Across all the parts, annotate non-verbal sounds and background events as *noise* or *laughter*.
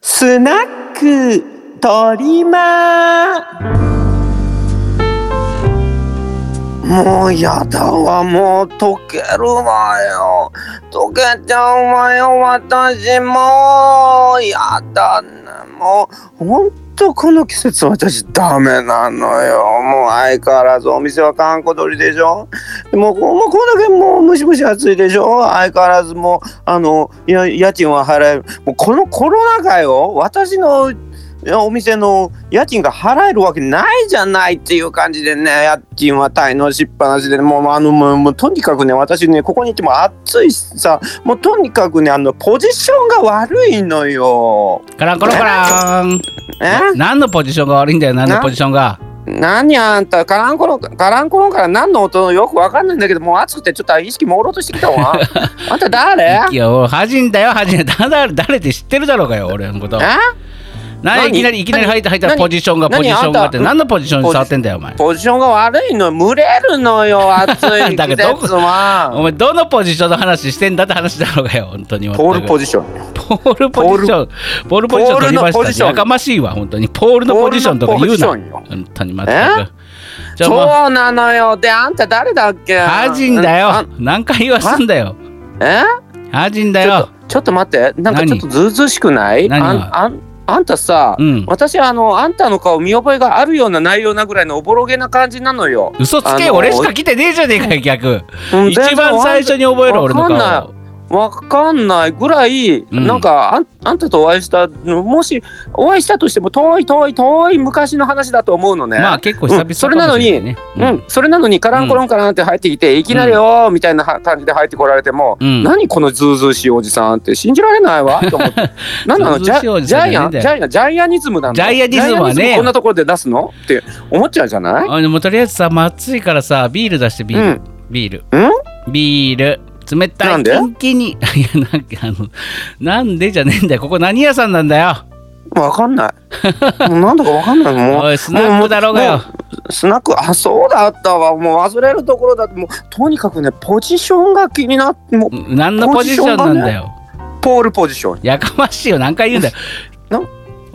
スナックとりまもうやだわもう溶けるわよ溶けちゃうわよ私もうやだなもうほんとこの季節私ダメなのよもう相変わらずお店は閑古鳥でしょもうこもうこんだけもうムシムシ暑いでしょ相変わらずもうあのや家賃は払えるもうこのコロナ禍よ私のいやお店の家賃が払えるわけないじゃないっていう感じでね家賃は滞納しっぱなしでもうあのもうもうとにかくね私ねここにいても暑いしさもうとにかくねあのポジションが悪いのよ。カランコロカランえ何のポジションが悪いんだよ何のポジションが何あんたカランコロンカランコロンから何の音よくわかんないんだけどもう暑くてちょっと意識朦朧としてきた *laughs* わあんた誰いや俺恥じんだよ恥じんだよ *laughs* 誰誰って知ってるだろうかよ俺のことえ何何いきなりいきなり入った入った何ポジションがポジションがって何あ何のポジションに触ってんだよお前ポジションが悪いの蒸れるのよ暑い季 *laughs* だけ節どおは前どのポジションの話してんだって話だろうがよ本当に *laughs* ポールポジジションポールポジションポールポジション取りまポールのポジしシたョンやかましいわ本当にポールのポジションとか言うなポールのポジションよ本当に全くえじゃあもうそうなのよであんた誰だっけ恥じんだあよ何回言わすんだよえ恥じんだちょっよとちょっと待ってなんかちょっとずうずうしくない何あ何んあんあんたさ、うん私あのあんたの顔見覚えがあるような内容なぐらいのおぼろげな感じなのよ。嘘つけあの俺しか来てねえじゃねえかよ逆うん一番最初に覚えろ俺のわか顔わかんないぐらい、んなんかあんあんたとお会いしたもしお会いしたとしても遠い遠い遠い昔の話だと思うのね。まあ結構久々うんそれなのにかもうしれないん、ねそれなのにカランコロンカランって入ってきて、いきなり「おー」みたいなは感じで入ってこられても、うん何このズうずうしいおじさんって信じられないわと思って *laughs* 何なのジずうずうャしいおじジさんャじイゃアねンジえんャイアンだよジャイアニズムなのジャイアニズムはねジャイアニズムこんなところで出すのって思っちゃうじゃないあでもとりあえずさもう暑いからさビール出してビールビールうんビール冷たないんでキンキンに *laughs* いやなんかあのなんでじゃねえんだよここ何屋さんなんだよわかんない。もうなんだかわかんないもう。おいスナックだろうがよも *laughs* うスナックあそうだったわもう忘れるところだってもうとにかくねポジションが気になってもう何のポジションなんだよポールポジション。やかましいよ何回言うんだよな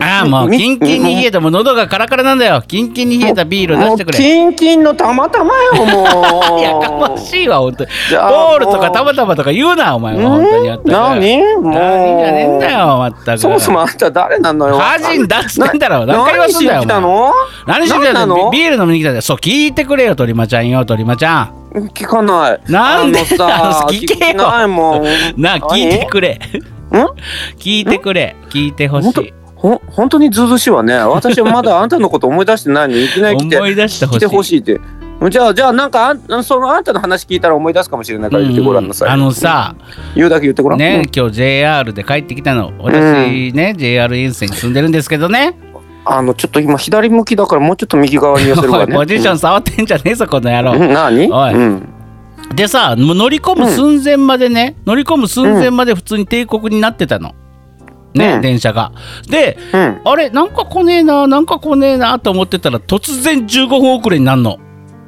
ああもうみキンキンに冷えたもう喉がカラカラなんだよキンキンに冷えたビール出もしうてくれキンキンのたまたまよもう。 *laughs* やかましいわ、本当に。じボゃあールとかたまたまとか言うな、お前は、本当にやっんたら。何もう。何じゃねえんだよ、全く。そもそもあんた誰なのよ。恥んだっつってんだろ。何回言わ何しすんにだよ、来おた前。の何しに来た何なののビビール飲みに来たんだよ。そう、聞いてくれよ、鳥間ちゃんよ、鳥間ちゃん。聞かない。なんであのさ *laughs* 聞けよ聞かないもん。なあ、何聞いてくれ。ん聞いてくれ。聞いてほし本当い。ほん本当にずうずうしいわね。私はまだあんたのこと思い出してないのにいきなり来て思い出してほ来てほしい。しいって。じゃあじゃあなんかあんそのあんたの話聞いたら思い出すかもしれないから言ってごらんなさい。あのさ、言うだけ言ってごらん。ね、今日 JR で帰ってきたの。私ね、JR 沿線に住んでるんですけどね。あのちょっと今左向きだからもうちょっと右側に寄せるか *laughs* おらいね。ポジション触ってんじゃねえぞ、この野郎。うん何？おいうん。でさもう乗り込む寸前までね、乗り込む寸前まで普通に帝国になってたの、ね、うん電車がでうん。あれなんか来ねえななんか来ねえなと思ってたら突然15分遅れになるの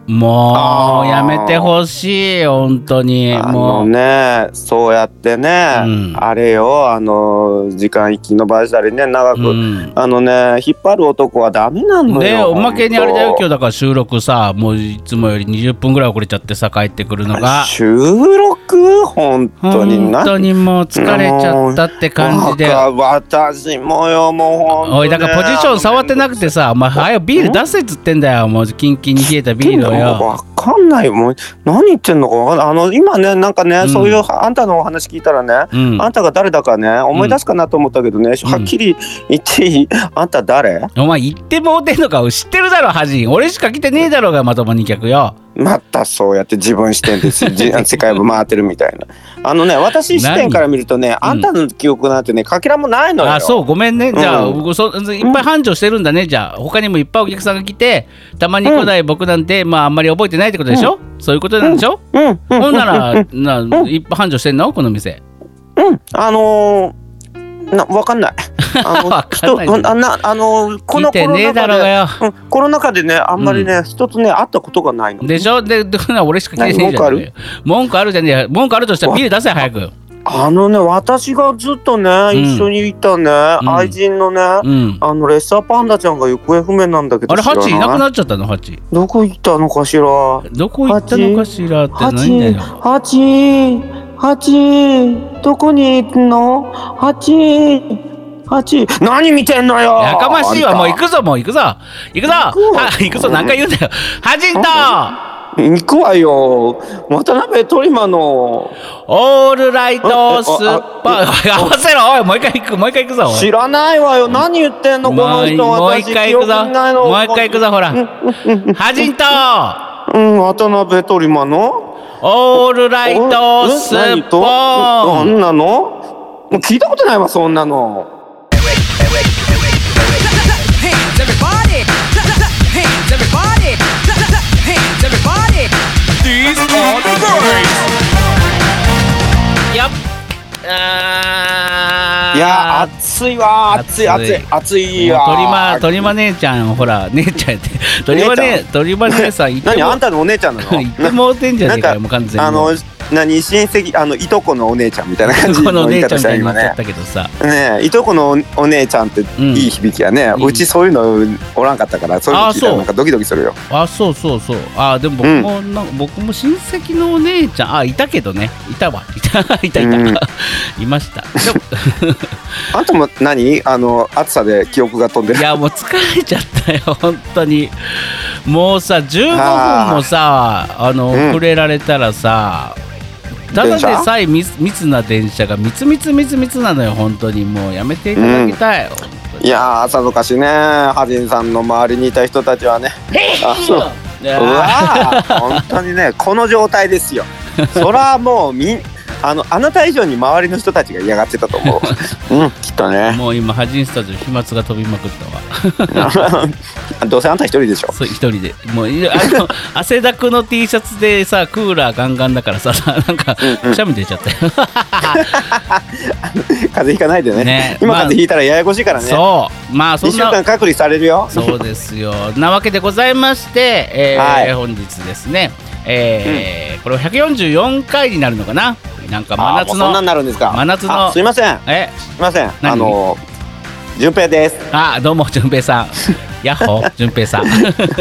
もあうーやめてほしい本当にあのもう、ねそうやってね、うんあれよあの時間生き延ばしたりね長く、うんあのね引っ張る男はダメなのよ。でおまけにあれだよほんと今日だから収録さもういつもより20分ぐらい遅れちゃってさ帰ってくるのが収録本当に本な当にもう疲れちゃったって感じでなんか私もよもうほんとねおいだからポジション触ってなくてさ、お前、早くビール出せっつってんだよ、もうキンキンに冷えたビールをよ。わかんないよもう何言ってんのかわかんないあの今ねなんかね、うんそういうあんたのお話聞いたらね、うん、あんたが誰だかね思い出すかなと思ったけどね、はっきり言っていいあんた誰お前言ってもうてんのか知ってるだろ恥俺しか来てねえだろうがまともに客よまたそうやって自分視点です *laughs* じ世界を回ってるみたいなあのね私視点から見るとねあんたの記憶なんてねかけらもないのよあそうごめんねじゃあ、うん僕そいっぱい繁盛してるんだねじゃあ他にもいっぱいお客さんが来てたまに来ない僕なんて、まああんまり覚えてないってことでしょ、そういうことなんでしょ、うんうんうんほんなら、ないっぱい繁盛してんのこの店うんあのーなわかんないあの *laughs* わかんない人あなあのーこ来のてコロねえナだ禍ろうがでようん、コロナ禍でねあんまりね、人とね会ったことがないのでしょで、で俺しか来てねえじゃん。文句あるじゃねえよ。文句あるとしたらビール出せ、早く。あのね私がずっとね、ん一緒にいたね、ん愛人のね、うん。あのレッサーパンダちゃんが行方不明なんだけどあれ、ハチ知いらなくいなっちゃったの、ハチ。どこ行ったのかしらどこ行ったのかしらってハないんだチよ。ハチハチどこに行くのハチハチ何見てんのよやかましいわ、あんたもう行くぞ、もう行くぞ。行くぞ行くわは *laughs* 行くぞ、何回言うんだよ。ハチンと、行くわよ渡辺トリマのオールライトスーパあー、合わせろ、おい、もう一回行く、もう一回行くぞ、おい知らないわよ何言ってんのこものう人もう私一回行くぞ記憶にないのもう一回行くぞほらうんうんうんハジンとうん渡辺トリマのオールライトスッポそンんなのもう聞いたことないわそんなの hands, everybody. Clap, clap, clap, hands, everybody. Clap, clap, clap, hands, everybody. やっあーいや暑いわ暑い暑い暑いわもう鳥ま鳥ま姉ちゃんほら姉ちゃんやって鳥ま姉ね鳥ま姉さん行っ *laughs* て何もあんたのお姉ちゃんな *laughs* の行ってもうてんじゃねえかよもう完全にあの何親戚あのいとこのお姉ちゃんみたいな感じこのの言い姉ちゃん方したみたいにな今っちゃねったけどさねえいとこのお姉ちゃんってんいい響きやね、ううんちそういうのおらんかったからそういうの聞いたあそうらなんかドキドキするよあそうそうそうあでも僕もなんか僕も親戚のお姉ちゃんあいたけどねいたわいたいたいた、うん *laughs* いましたでもあんたも何あの暑さで記憶が飛んでいるやもう疲れちゃったよ *laughs* 本当にもうさ15分もさあの、うん触れられたらさただで電車さえ密密な電車が密密密密なのよ本当にもうやめていただきたい、本当にいやーさぞかしねハジンさんの周りにいた人たちはねあそういやうわー本当にねこの状態ですよそらもうみんあのあなた以上に周りの人たちが嫌がってたと思ううんきっとね *laughs* もう今ハジンスタジオ飛沫が飛びまくったわ *laughs* どうせあんた一人でしょそう一人でもういあの汗だくの T シャツでさクーラーガンガンだからさなんかくしゃみ出ちゃったよ風邪ひかないでねね今まあ風邪ひいたらややこしいからね、そうまあそ2ん週な間隔離されるよそうですよ。なわけでございまして、えーはい本日ですね、えーこれ144回になるのかな。なんか真あーも夏うそんなのになるんですか真夏のあすいませんえすいません何あの順平ですあどうも順平さん。 *laughs* やっほ順平さん。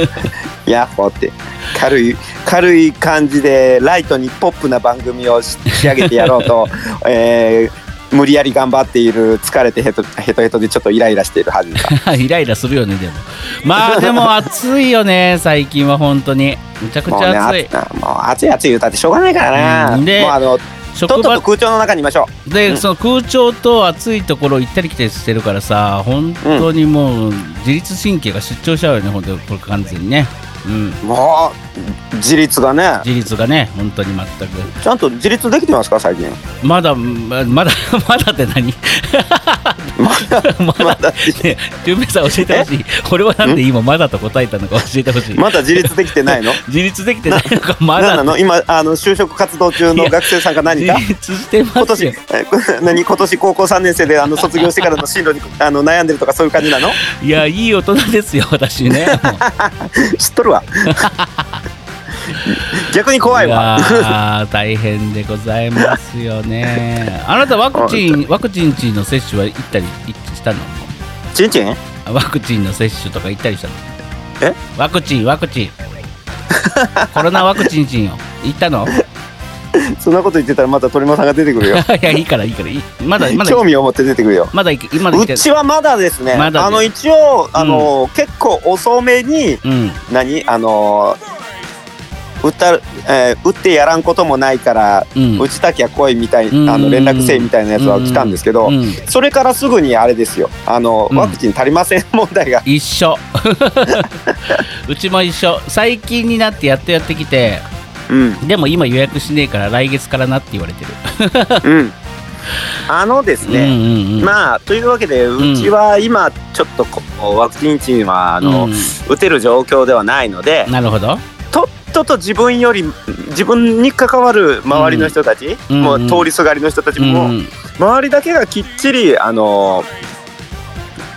*laughs* ヤッホーって軽い軽い感じでライトにポップな番組をし仕上げてやろう *laughs* と、えー無理やり頑張っている疲れてヘトヘトヘトでちょっとイライラしているはずだイライラするよねでも。まあ *laughs* でも暑いよね最近は本当にめちゃくちもうねゃ暑い。暑なもう暑い暑い歌ってしょうがないからうんなでもうあのと職っとと場空調の中にいましょでその空調と暑いところ行ったり来たりしてるからさ本当にもう自律神経が出張しちゃうよね本当にこれ完全にね。うん。うもう自立がね自立がね本当に全く。ちゃんと自立できてますか最近 *laughs* まだままだ *laughs* まだって何まだままだだね純平さん教えてほしい俺はなんで今まだと答えたのか教えてほしい、まだ自立できてないの自立できてないのか *laughs* ま何だなの今あの就職活動中いのや学生さんか何か自立して今ます年よえ *laughs* 何今年高校3年生であの卒業してからの進路にあの悩んでるとかそういう感じなの *laughs* いやいい大人ですよ私ねもう知っとるわ *laughs* 逆に怖いわやー大変でございますよねあなたワクチンワクチンチンの接種は行ったりしたのちんちんワクチンの接種とか行ったりしたのえワクチンワ *laughs* クチンコロナワクチンチンよ行ったのそんなこと言ってたらまた鳥間さんが出てくるよいやいいからいいからいい *laughs* まだまだ興味を持って出てくるよまだいけまだいけうちはまだですね、まだねあの一応あの、結構遅めにうん何あの打った、えー打ってやらんこともないから、うん打ちたきゃ来いみたい、うんあの連絡せいみたいなやつは来たんですけど、うんそれからすぐにあれですよあの、うんワクチン足りません *laughs* 問題が一緒 *laughs* うちも一緒最近になってやっとやってきてうんでも今予約しねえから来月からなって言われてる、うんあのですね、うんうんうんまあというわけでんうちは今ちょっとこうワクチンチームはあの、うん打てる状況ではないのでなるほどとっとと自分より自分に関わる周りの人たち、うんもううん通りすがりの人たちうんも、うん周りだけがきっちりあの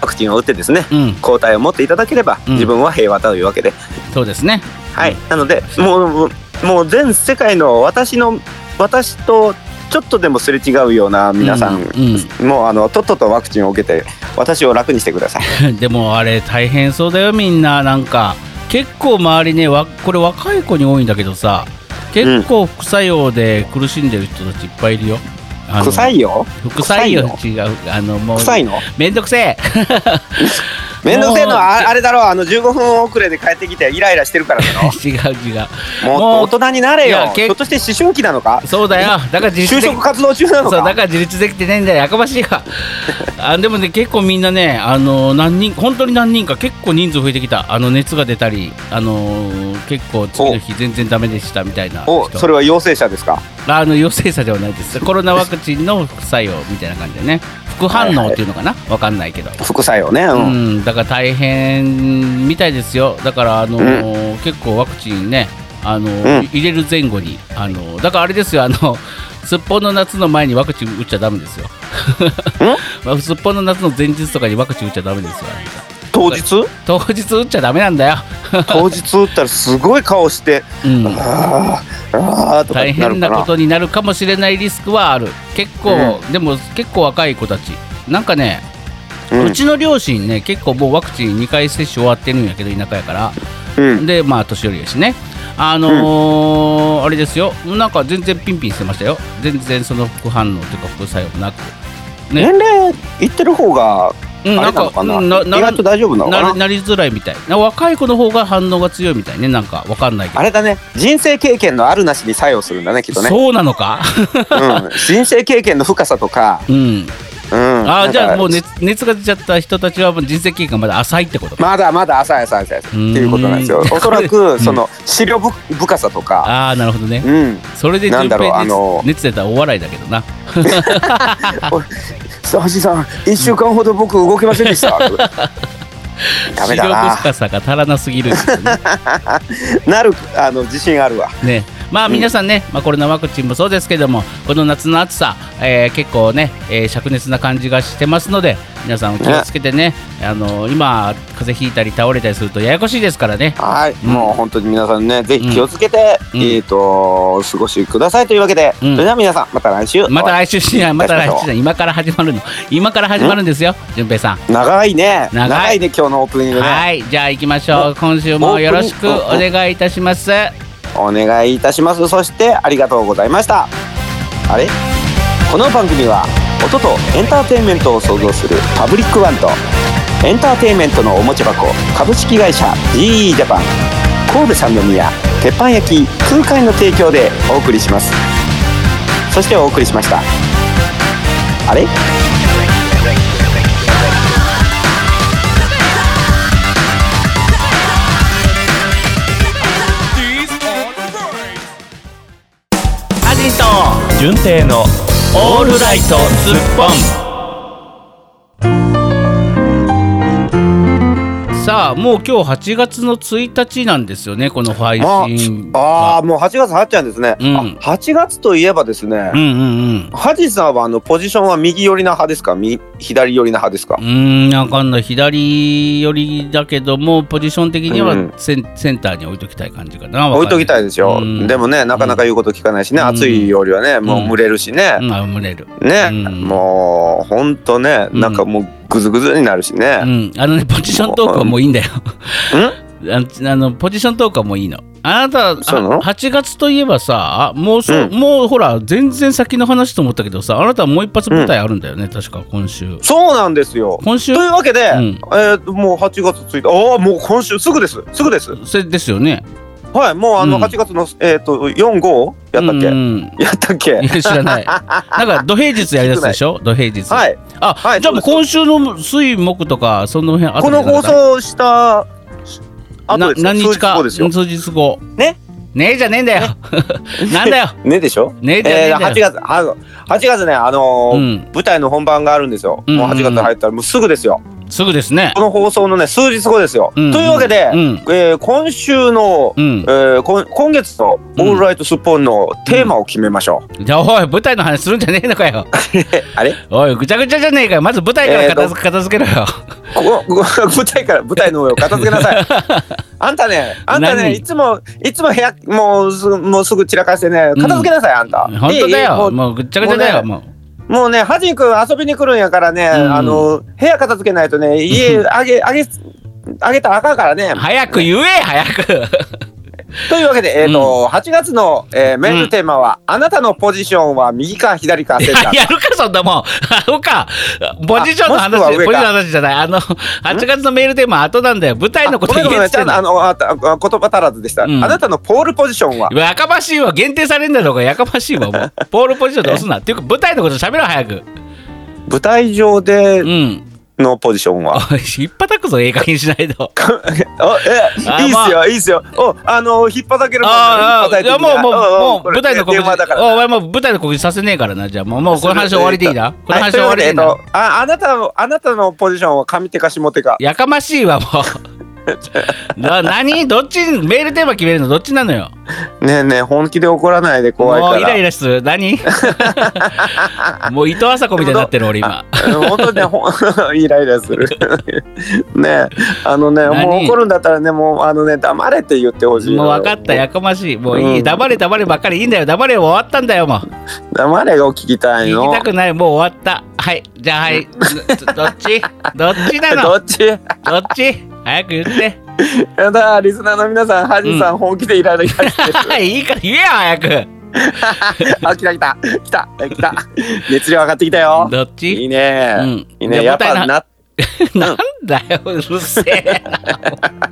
ワクチンを打ってですねうん抗体を持っていただければ、うん自分は平和だというわけで、そうですねはいなのでもうもうもう全世界の私の私とちょっとでもすれ違うような皆さん、うんもうあのとっととワクチンを受けて私を楽にしてくださいうん *laughs* でもあれ大変そうだよみんななんか結構周りねわこれ若い子に多いんだけどさ結構副作用で苦しんでる人たちいっぱいいるよ。あの臭いよ副作用臭違うあのもう臭いのめんどくせえ *laughs* めんどくせえのはもうああれだろうあの15分遅れで帰ってきてイライラしてるから *laughs* だろ違う違うもっと大人になれいやよ結ひょっとして思春期なのかそうだよだから自立就で職活動中なそのうだかから自立できてねえんだよやかましい *laughs* わあでもね結構みんなねあの何人本当に何人か結構人数増えてきたあの熱が出たりあの結構次の日全然ダメでしたみたいなお人それは陽性者ですかあの陽性者ではないですコロナワクチンの副作用みたいな感じでね副反応っていうのかなわかんないけど副作用ねう、うんん、だから大変みたいですよ、だから、あのー結構ワクチンね、あのーうん入れる前後に、あのーだからあれですよ、あのすっぽんの夏の前にワクチン打っちゃだめですよ、 *laughs* まあ、すっぽんの夏の前日とかにワクチン打っちゃだめですよ、当 *laughs* 日当日打っちゃだめなんだよ、当日打ったらすごい顔してうん、あーあーとか大なる変なかこなとになるかもしれないリスクはある、結構、でも結構若い子たち、なんかね、ううんちの両親ね、結構もうワクチン2回接種終わってるんやけど、田舎やから。うんでまあ年寄りやしねあのーあれですよなんか全然ピンピンしてましたよ全然その副反応というか副作用もなく年ね齢いってる方がうんあなれんなのかかなうんなな意外と大丈夫なのかななりなりづらいみたいな若い子の方が反応が強いみたいねなんかわかんないけどあれだね人生経験のあるなしに作用するんだねきっとね、そうなのか *laughs* うん、人生経験の深さとか、うんうん、あなんかーじゃあもう熱熱が出ちゃった人たちはもう人生経験がま *laughs* だ浅いってことかまだまだ浅い浅い浅いってーんいうことなんですよおそらんくその資料ぶ深さとかああなるほどねうんそれでなんだろう順平熱あのー熱出たらお笑いだけどな橋さん1週間ほど僕動きませんでしたダメだ視力深さが足らなすぎるんですよね *laughs* ななるあの自信あるわね、まあ皆さんね、まあ、コロナワクチンもそうですけどもこの夏の暑さ、えー結構ね、えー灼熱な感じがしてますので皆さんお気をつけてねあの今風邪ひいたり倒れたりするとややこしいですからねはい、うんもう本当に皆さんねぜひ気をつけて、うんえっ、とお過ごしくださいというわけで、うんそれでは皆さんまた来週また来週しないまた来お会いし週まししょない今から始まるの今から始まるんですよ順平さんう長いね長長いいね今日のオープニングね、はいじゃあ行きましょう今週もよろしくお願いいたしますお願いいたしますそしてありがとうございましたあれこの番組は音とエンターテインメントを創造するパブリックワンとエンターテインメントのおもちゃ箱株式会社 GE ジャパン神戸三宮鉄板焼き空海の提供でお送りしますそしてお送りしましたあれアジト純正のオールライトスッポンさあもう今日8月の1日なんですよねこの配信ああはもう8月入っちゃうんですね、うんあ8月といえばですね、うんうんハジさんはあのポジションは右寄りな派ですかみ左寄りな派ですかうんうーんわかんない左寄りだけどもポジション的にうはんセン,、センターに置いときたい感じかな置いときたいいですよ、うんでもねなかなか言うこと聞かないしね、うん暑いよりはねもう蒸れるしね、うんあ、群れる、ね、うんもうほんとねうんなんかもうグズグズになるしうね、ん、あのねポジショントークはもういいんだよあのあのポジショントークはもういいのあなたあそうなの8月といえばさもうそ、うんもうほら全然先の話と思ったけどさあなたはもう一発舞台あるんだよね、確か今週そうなんですよ今週というわけで、うんえーともう8月1日ああもう今週すぐですすぐですそれですよねはいもうあうのん8月の、えっ、と45やったっけ、うんやったっけいや知らないなんか土平日やりだすでしょ土平日はいあ、はいじゃあもうそう今週の水木とかその辺この放送したあとなですよ何日かそうですよ数日後ねねえじゃねえんだよ *laughs* なんだよねでしょねえじゃねええー、んだよ8月あの8月ねあのーうん舞台の本番があるんですよ、うんうんもう8月入ったらもうすぐですよすぐですねこ。の放送のね数日後ですよ。うんというわけで、うんえー今週の、うんえーこん今月の「オールライトスッポン」のテーマを決めましょう。じゃあ、おい、舞台の話するんじゃねえのかよ。 *laughs* あれおい、ぐちゃぐちゃじゃねえかよ。まず舞台から片付,、片付けろよ。ここここ舞台から舞台の上を片付けな *laughs* さい。あんたねあんたね何いつもいつも部屋もうすもうすぐ散らかしてね片付けなさい、あんた。本当だいいいいもよ。うもうぐっちゃぐちゃだよ。ももう。もうねハジン君遊びに来るんやからね、んあの部屋片付けないとね家あげあげあげたらあかんからね。早く言え、早く。というわけで、えーと8月の、えーメールテーマは、あなたのポジションは右か左かセンター *laughs* やるか、そんなもん。やるか。ポジションのあもし話、くは上ポかジションの話じゃない。あの、8月のメールテーマは後なんだよ。舞台のことごめんご言めんなえっつっさてんいあの。のああ言葉足らずでした、うんあなたのポールポジションはやかましいわ。限定されんだろうが、やかましいわ。*laughs* もう。ポールポジションで押すな。っていうか、舞台のこと喋ろ、早く。舞台上でうん。のポジションは、おい、引っ叩くぞ、ええ加減にしないと。ああえいいっすまよいいっすよおあの引っ張だけるもんあなあ、ああ、引っ張だいいてやみもう、なもう、んんもう、これ舞台の告電知。話だからお前もう舞台の告知させねえからな。じゃあ、もう、もう、この話終わりでいいな。このは話と終いうわわけりででいいなえっ。とああなたのあなたのポジションは上手か下手かやかましいわ、もう。 *laughs* な、何どっち、メールテーマ決めるのどっちなのよ。ねえねえ本気で怒らないで怖いもからうイライラす *laughs* る何もう伊藤麻子みたいになってる俺 *laughs* 今うん本当にね、ほん *laughs* イライラする。ねえ、あのね、何もう怒るんだったらね、もうあのね、黙れって言ってほしいのよ。もう分かったやかましいもういい、うん黙れ黙ればっかりいいんだよ黙れ終わったんだよもう黙れが聞きたい聞の。きたくないもう終わったはいじゃあはいどどっちどっちなどのっちどっち早く言って *laughs* やだ、リスナーの皆さん、ハジさん、本気でイライラしてる。いいから言えよ早くあ、来た来た、来た、来 *laughs* た。熱量上がってきたよ。どっちいいね、うんいいいやね、やっもったぱいなな、なんだようるせえな *laughs*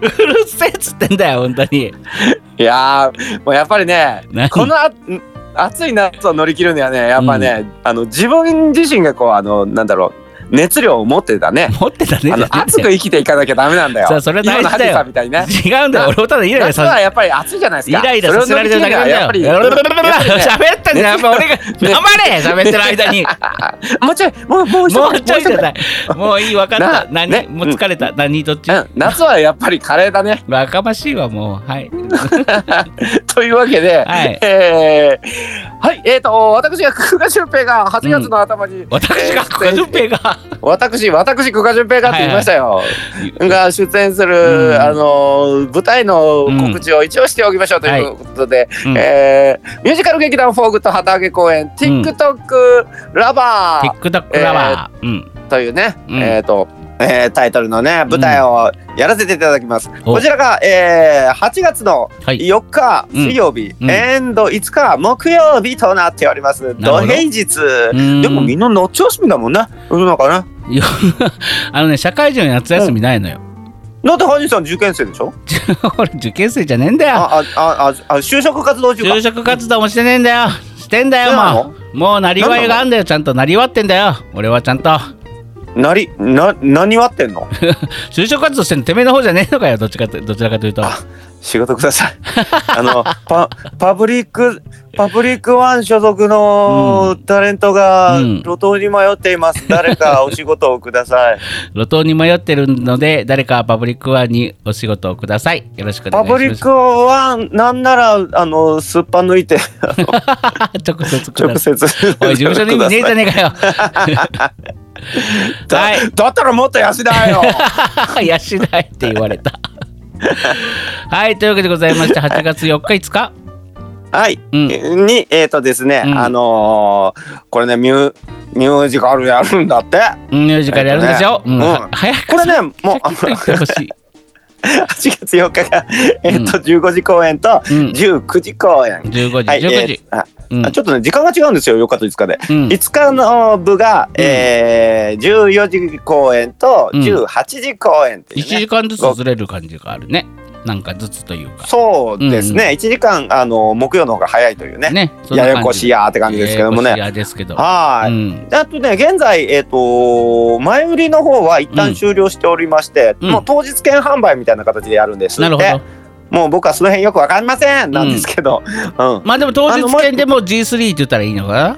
うるせえっつってんだよ本当にいやー、もうやっぱりね *laughs* 何、このあ。暑い夏を乗り切るにはね、やっぱね、あの自分自身がこう、あの、なんだろう、熱量を持ってたね。持ってたねあの熱く生きていかなきゃダメなんだよ。さあそれは今大事だよのハジさんみたいにね。違うんだよ俺もただイライラ夏させはやっぱり暑いじゃないですイか。ライラさせられてるだけなんだよ。それを乗り切るにはやっぱりやっぱりね喋ったんじゃん。やっぱ俺が黙れ喋ってる間に。もうちょいもうもうちょいももううちちょょいじゃないい。もういい分かった。なね何もう疲れた。何どっうちん夏はやっぱりカレーだ *laughs* ね。わかましいわもう。はい。というわけで、はいえーはい、えーと、私が久我淳平が8月の頭に、私が小出ル演ペが。私、私、久我淳平がって言いましたよ。が出演する、うんあの舞台の告知を一応しておきましょうということで、うんえーミュージカル劇団フォーグと旗揚げ公演 TikTok ラバー TikTok ラバー。うん。というね、うんえっ、と、えータイトルのね舞台をやらせていただきます、おこちらが、えー8月のはい。 4日うん水曜日、うんエンド5日木曜日となっておりますなるほ土ど平日んでもみんな夏休みだもんね世の中ねいやあのね社会人の夏休みないのよ。だってハジさん受験生でしょ *laughs* 俺受験生じゃねえんだよ。あああああ就職活動中か就職活動もしてねえんだよ。してんだそうなよのもう。もうなりわいがあんだよ。ちゃんとなりわってんだよ。俺はちゃんと。なりな何割ってんの就職活動してんのてめえの方じゃねえのかよどっちかとどちらかというと仕事くだ *laughs* さいあのパパブリックパブリックワン所属のタレントがうん路頭に迷っています、誰かお仕事をくださ *laughs* い路頭に迷ってるので誰かパブリックワンにお仕事をくださいよろしくお願パいしまブすリックワンなんならあのすっぱ抜い *laughs* て直接くだ直さい接おい事務所の意 *laughs* 味ねえじゃねえかよだはいだったらもっと養え *laughs* よ養えって言わ *laughs* れたはいというわけでございまして8月4日5日はい、うんにえっ、とですね、うんあのーこれねミュミュージカルやるんだってミュージカルやるんですよ、えっとねうんうんは早くこれねもう早く言ってほしい、 *laughs* 8月4日が、えっとう15時公演とうん、 19時公演。 15時19時、はい、えーあうんあちょっとね時間が違うんですよ4日と5日で。うん5日の部が、うんえー、14時公演とうん18時公演っていう、 1ね時間ずつずれる感じがあるねなんかずつというかそうですね、うん1時間あの木曜の方が早いというねねそんなや感やじこしいやーって感じですけどもね。ややこしいやですけどはーい、うんあとね現在、えっと前売りの方は一うん旦終了しておりまして、うんもう当日券販売みたいな形でやるんですなるほでど。もう僕はその辺よくわかりませんなんですけど、うんまあでも当日券でも G3 って言ったらいいのかな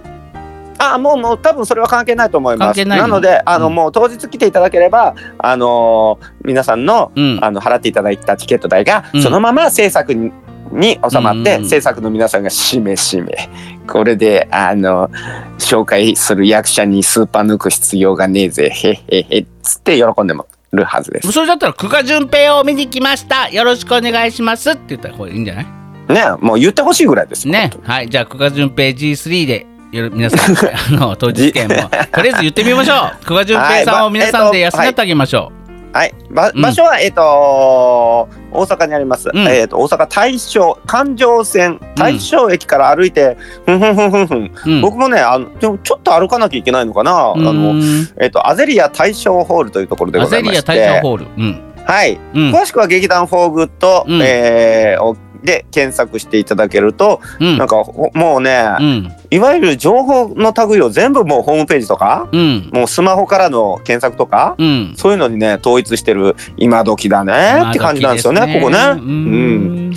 あもうもう多分それは関係ないと思います関係ないののであの、うんもう当日来ていただければあのー皆さんのうん。あの払っていただいたチケット代が、うんそのまま制作にに収まって、うん制作の皆さんがしめしめ *laughs* これであの紹介する役者にスーパー抜く必要がねえぜ *laughs* へっへっへっつって喜んでもるはずですそれだったら久我淳平を見に来ましたよろしくお願いしますって言ったらこれいいんじゃないねもう言ってほしいぐらいですねはいじゃあ久我淳平 G3 でよろ皆さん *laughs* あの当日券をとりあえず言ってみましょう久我淳平さんはをい皆さんで養ってあげましょはい、ばうん場所は、えっ、と大阪にあります、んえっ、と大阪大正環状線大正駅から歩いて、ふんふんふんふんふん、う、うん、僕もねあのでもちょっと歩かなきゃいけないのかな、あうのーんえっ、とアゼリア大正ホールというところでごアざゼいまリアして大賞ホールうんはい、うん詳しくは劇団フォーグッド、うんえーおで検索していただけると、うんなんかほもうね、うんいわゆる情報の類を全部もうホームページとかうんもうスマホからの検索とか、うんそういうのにね統一してる今時だねって感じなんですよねここうね。ん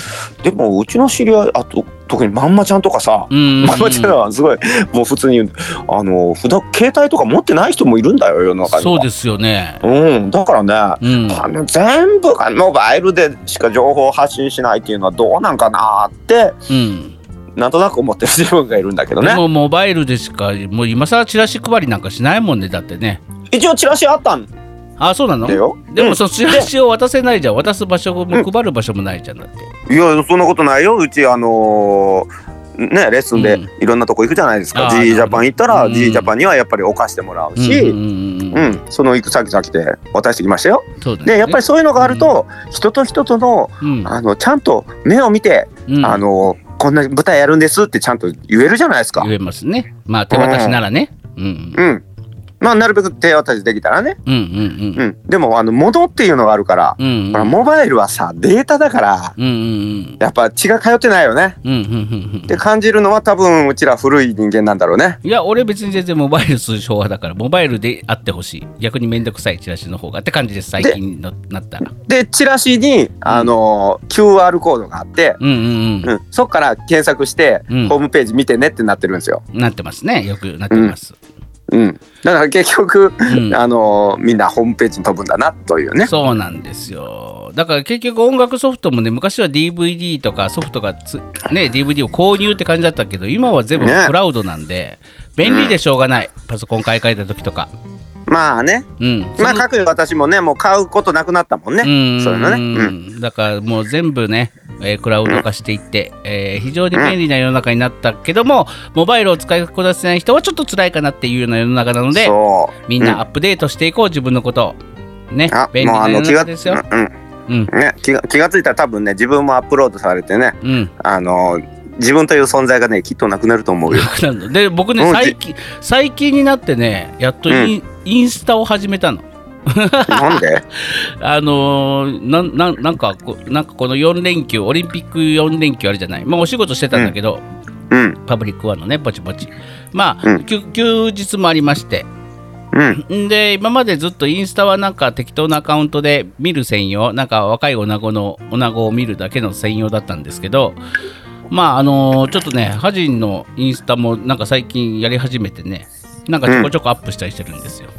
でもうちの知り合いあと特にまんまちゃんとかさ、うんまんまちゃんはすごいもう普通に言うあの普段携帯とか持ってない人もいるんだよ世の中には。そうですよねうん、だからね、うんあの全部がモバイルでしか情報を発信しないっていうのはどうなんかなってうんなんとなく思ってる自分がいるんだけどでねもモバイルでしかもう今更チラシ配りなんかしないもんねだってね一応チラシあったんあそうなのだよでうんもそのチラシを渡せないじゃん渡す場所も配る場所もないじゃんだっていやそんなことないようちあのーねレッスンでうんいろんなとこ行くじゃないですか、あー G ジャパン行ったら、うん G ジャパンにはやっぱりお貸してもらうし、ううんんうんうんその行く先々で渡してきましたよ。そうだねでやっぱりそういうのがあると、人と人とのうんあのちゃんと目を見て、うんあのこんな舞台やるんですってちゃんと言えるじゃないですか。言えますねまあ手渡しならねうんうんまあ、なるべく手渡しできたらね、うんうんうん、でもあの物っていうのがあるから、うんうんうんほらモバイルはさデータだからうんうんやっぱ血が通ってないよねうんうんうんうんうんって感じるのは多分うちら古い人間なんだろうねいや俺別に全然モバイル通常はだからモバイルであってほしい逆にめんどくさいチラシの方がって感じです最近のなったらでチラシに、あの QR コードがあって、うんうんうん、そっから検索して、うんホームページ見てねってなってるんですよ、うんなってますねよくなってますうん、だから結局、んあのみんなホームページに飛ぶんだなというねそうなんですよだから結局音楽ソフトもね昔は DVD とかソフトがつ、ね、DVD を購入って感じだったけど今は全部ねクラウドなんで、便利でしょうがない、パソコン買い替えた時とかまあねうんまあその各私もねもう買うことなくなったもんね、うんそういうのね、うんだからもう全部ね、えークラウド化していって、えー非常に便利な世の中になったけどもモバイルを使いこなせない人はちょっと辛いかなっていうような世の中なのでそうみんなアップデートしていこう自分のことをねあ便利もうなあ世のの気中がですよ。うんうんうんね、気が気がついたら多分ね自分もアップロードされてねうんあの自分という存在がねきっとなくなると思うよ。なので僕ねうん最近最近になってねやっとイン,、インスタを始めたの。なん *laughs* であのーなんなんなんかこなんかこの4連休オリンピック4連休あるじゃない、まあ、お仕事してたんだけうど、んパブリックワンのねぼちぼちまあ、うん休休日もありましてうんんで今までずっとインスタはなんか適当なアカウントで見る専用なんか若い女子の女子を見るだけの専用だったんですけどまああのーちょっとねハジンのインスタもなんか最近やり始めてねなんかちょこちょこアップしたりしてるんですよ。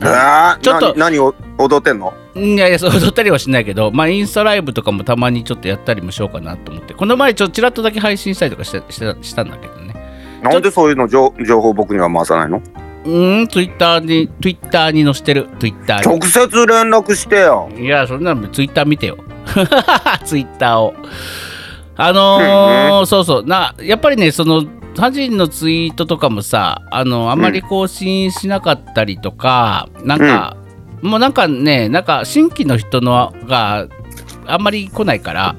あーちょっとな何を踊ってんのいやいや、そう *laughs* 踊ったりはしないけど、まあ、インスタライブとかもたまにちょっとやったりもしようかなと思って、この前、ちょっとちらっとだけ配信したりとかしてしてしたんだけどね。なんでそういうの情情報僕には回さないのうーん、ツイッターに、ツイッターに載せてる、ツイッター直接連絡してよ。に。いや、そんなのツイッター見てよ。 *laughs* ツイッターを。あのーそうそう、な、やっぱりね、その、他人のツイートとかもさ、あの、あまり更新しなかったりとか、なんか、もうなんかね、なんか新規の人のがあんまり来ないから、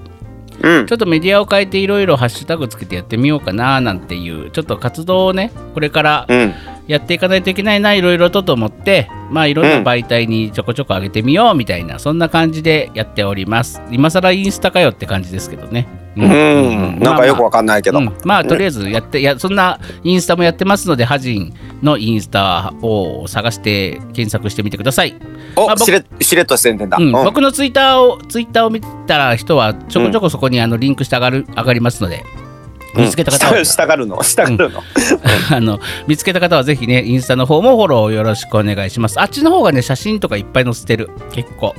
うんちょっとメディアを変えていろいろハッシュタグつけてやってみようかななんていうちょっと活動をねこれからうんやっていかないといけないないろいろとと思ってまあいろんな媒体にちょこちょこ上げてみようみたいなそんな感じでやっております今更インスタかよって感じですけどねううんなんかよくわかかんないけど。うん、まあとりあえずやっていやそんなインスタもやってますのでハジンのインスタを探して検索してみてくださいまあお僕しれしれっとしてんだ。うん、うん僕のツイッターをツイッターを見たら人はちょこちょこそこにあのリンクして上がる、上がりますのでうん見つけた方は、したがるのしたがるの、 *laughs* あの見つけた方はぜひねインスタの方もフォローよろしくお願いしますあっちの方がね写真とかいっぱい載せてる結構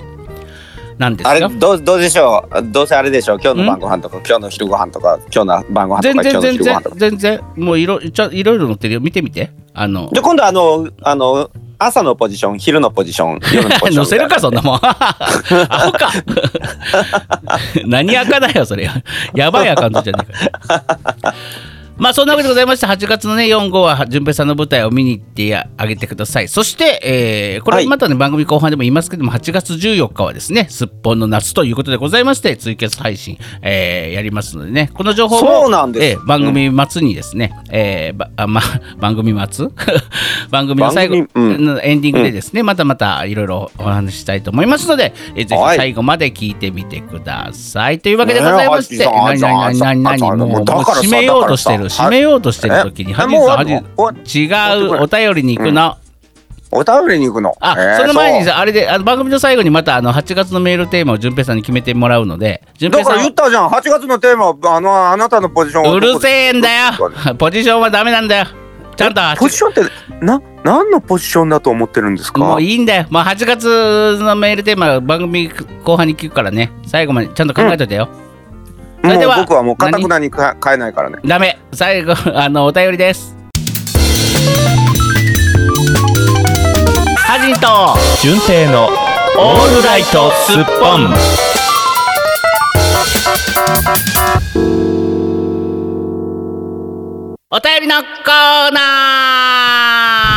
なんですあれよどうどうでしょうどうせあれでしょう今日の晩ご飯とか今日の昼ご飯とか今日の晩ご飯と全か今日の然全昼ご然飯とか全然もういろちょいろいろ載ってるよ見てみてあのじゃあ今度あのあの朝のポジション昼のポジシ *laughs* ョン夜のポジショ載ンせるかそんなもんアホ *laughs* か何赤だよそれやばいアカウントじゃねえか *laughs* まあそんなわけでございまして8月のね4号は順平さんの舞台を見に行ってあげてくださいそして、えーこはれいまたね、番組後半でも言いますけども8月14日はですねすっぽんの夏ということでございましてツイキャス配信、えーやりますのでねこの情報もそうなんですえー番組末にですね、えーばあま、 *laughs* 番組末 *laughs* 番組の最後番組うんエンディングでですね、またまたいろいろお話ししたいと思いますので、えーぜひはい最後まで聞いてみてください。というわけでございましねて、え何何何何ハッ何チーさんもうもうだからさ締めようとしてる、だからさ締めようとしてる時に、えハジさん、ハえもう終わっジ違うお便りに行くの。お便りに行くのあ、えーその前にそうさあれであの番組の最後にまたあの8月のメールテーマを順平さんに決めてもらうので、順だ平かさら言っん。たじゃん8月のテーマはあのあなたのポジションはうるせえんだどこでよ。ポジションはダメなんだよ。ちゃんとポジションってな何のポジションだと思ってるんですかもういいんだよ。まあ8月のメールテーマ番組後半に聞くからね。最後までちゃんと考えといてよ。それではもう僕はもうかたくなにか変えないからねダメ。最後 *laughs* あのお便りです。ハジンと純正のオールライトスッポンお便りのコーナ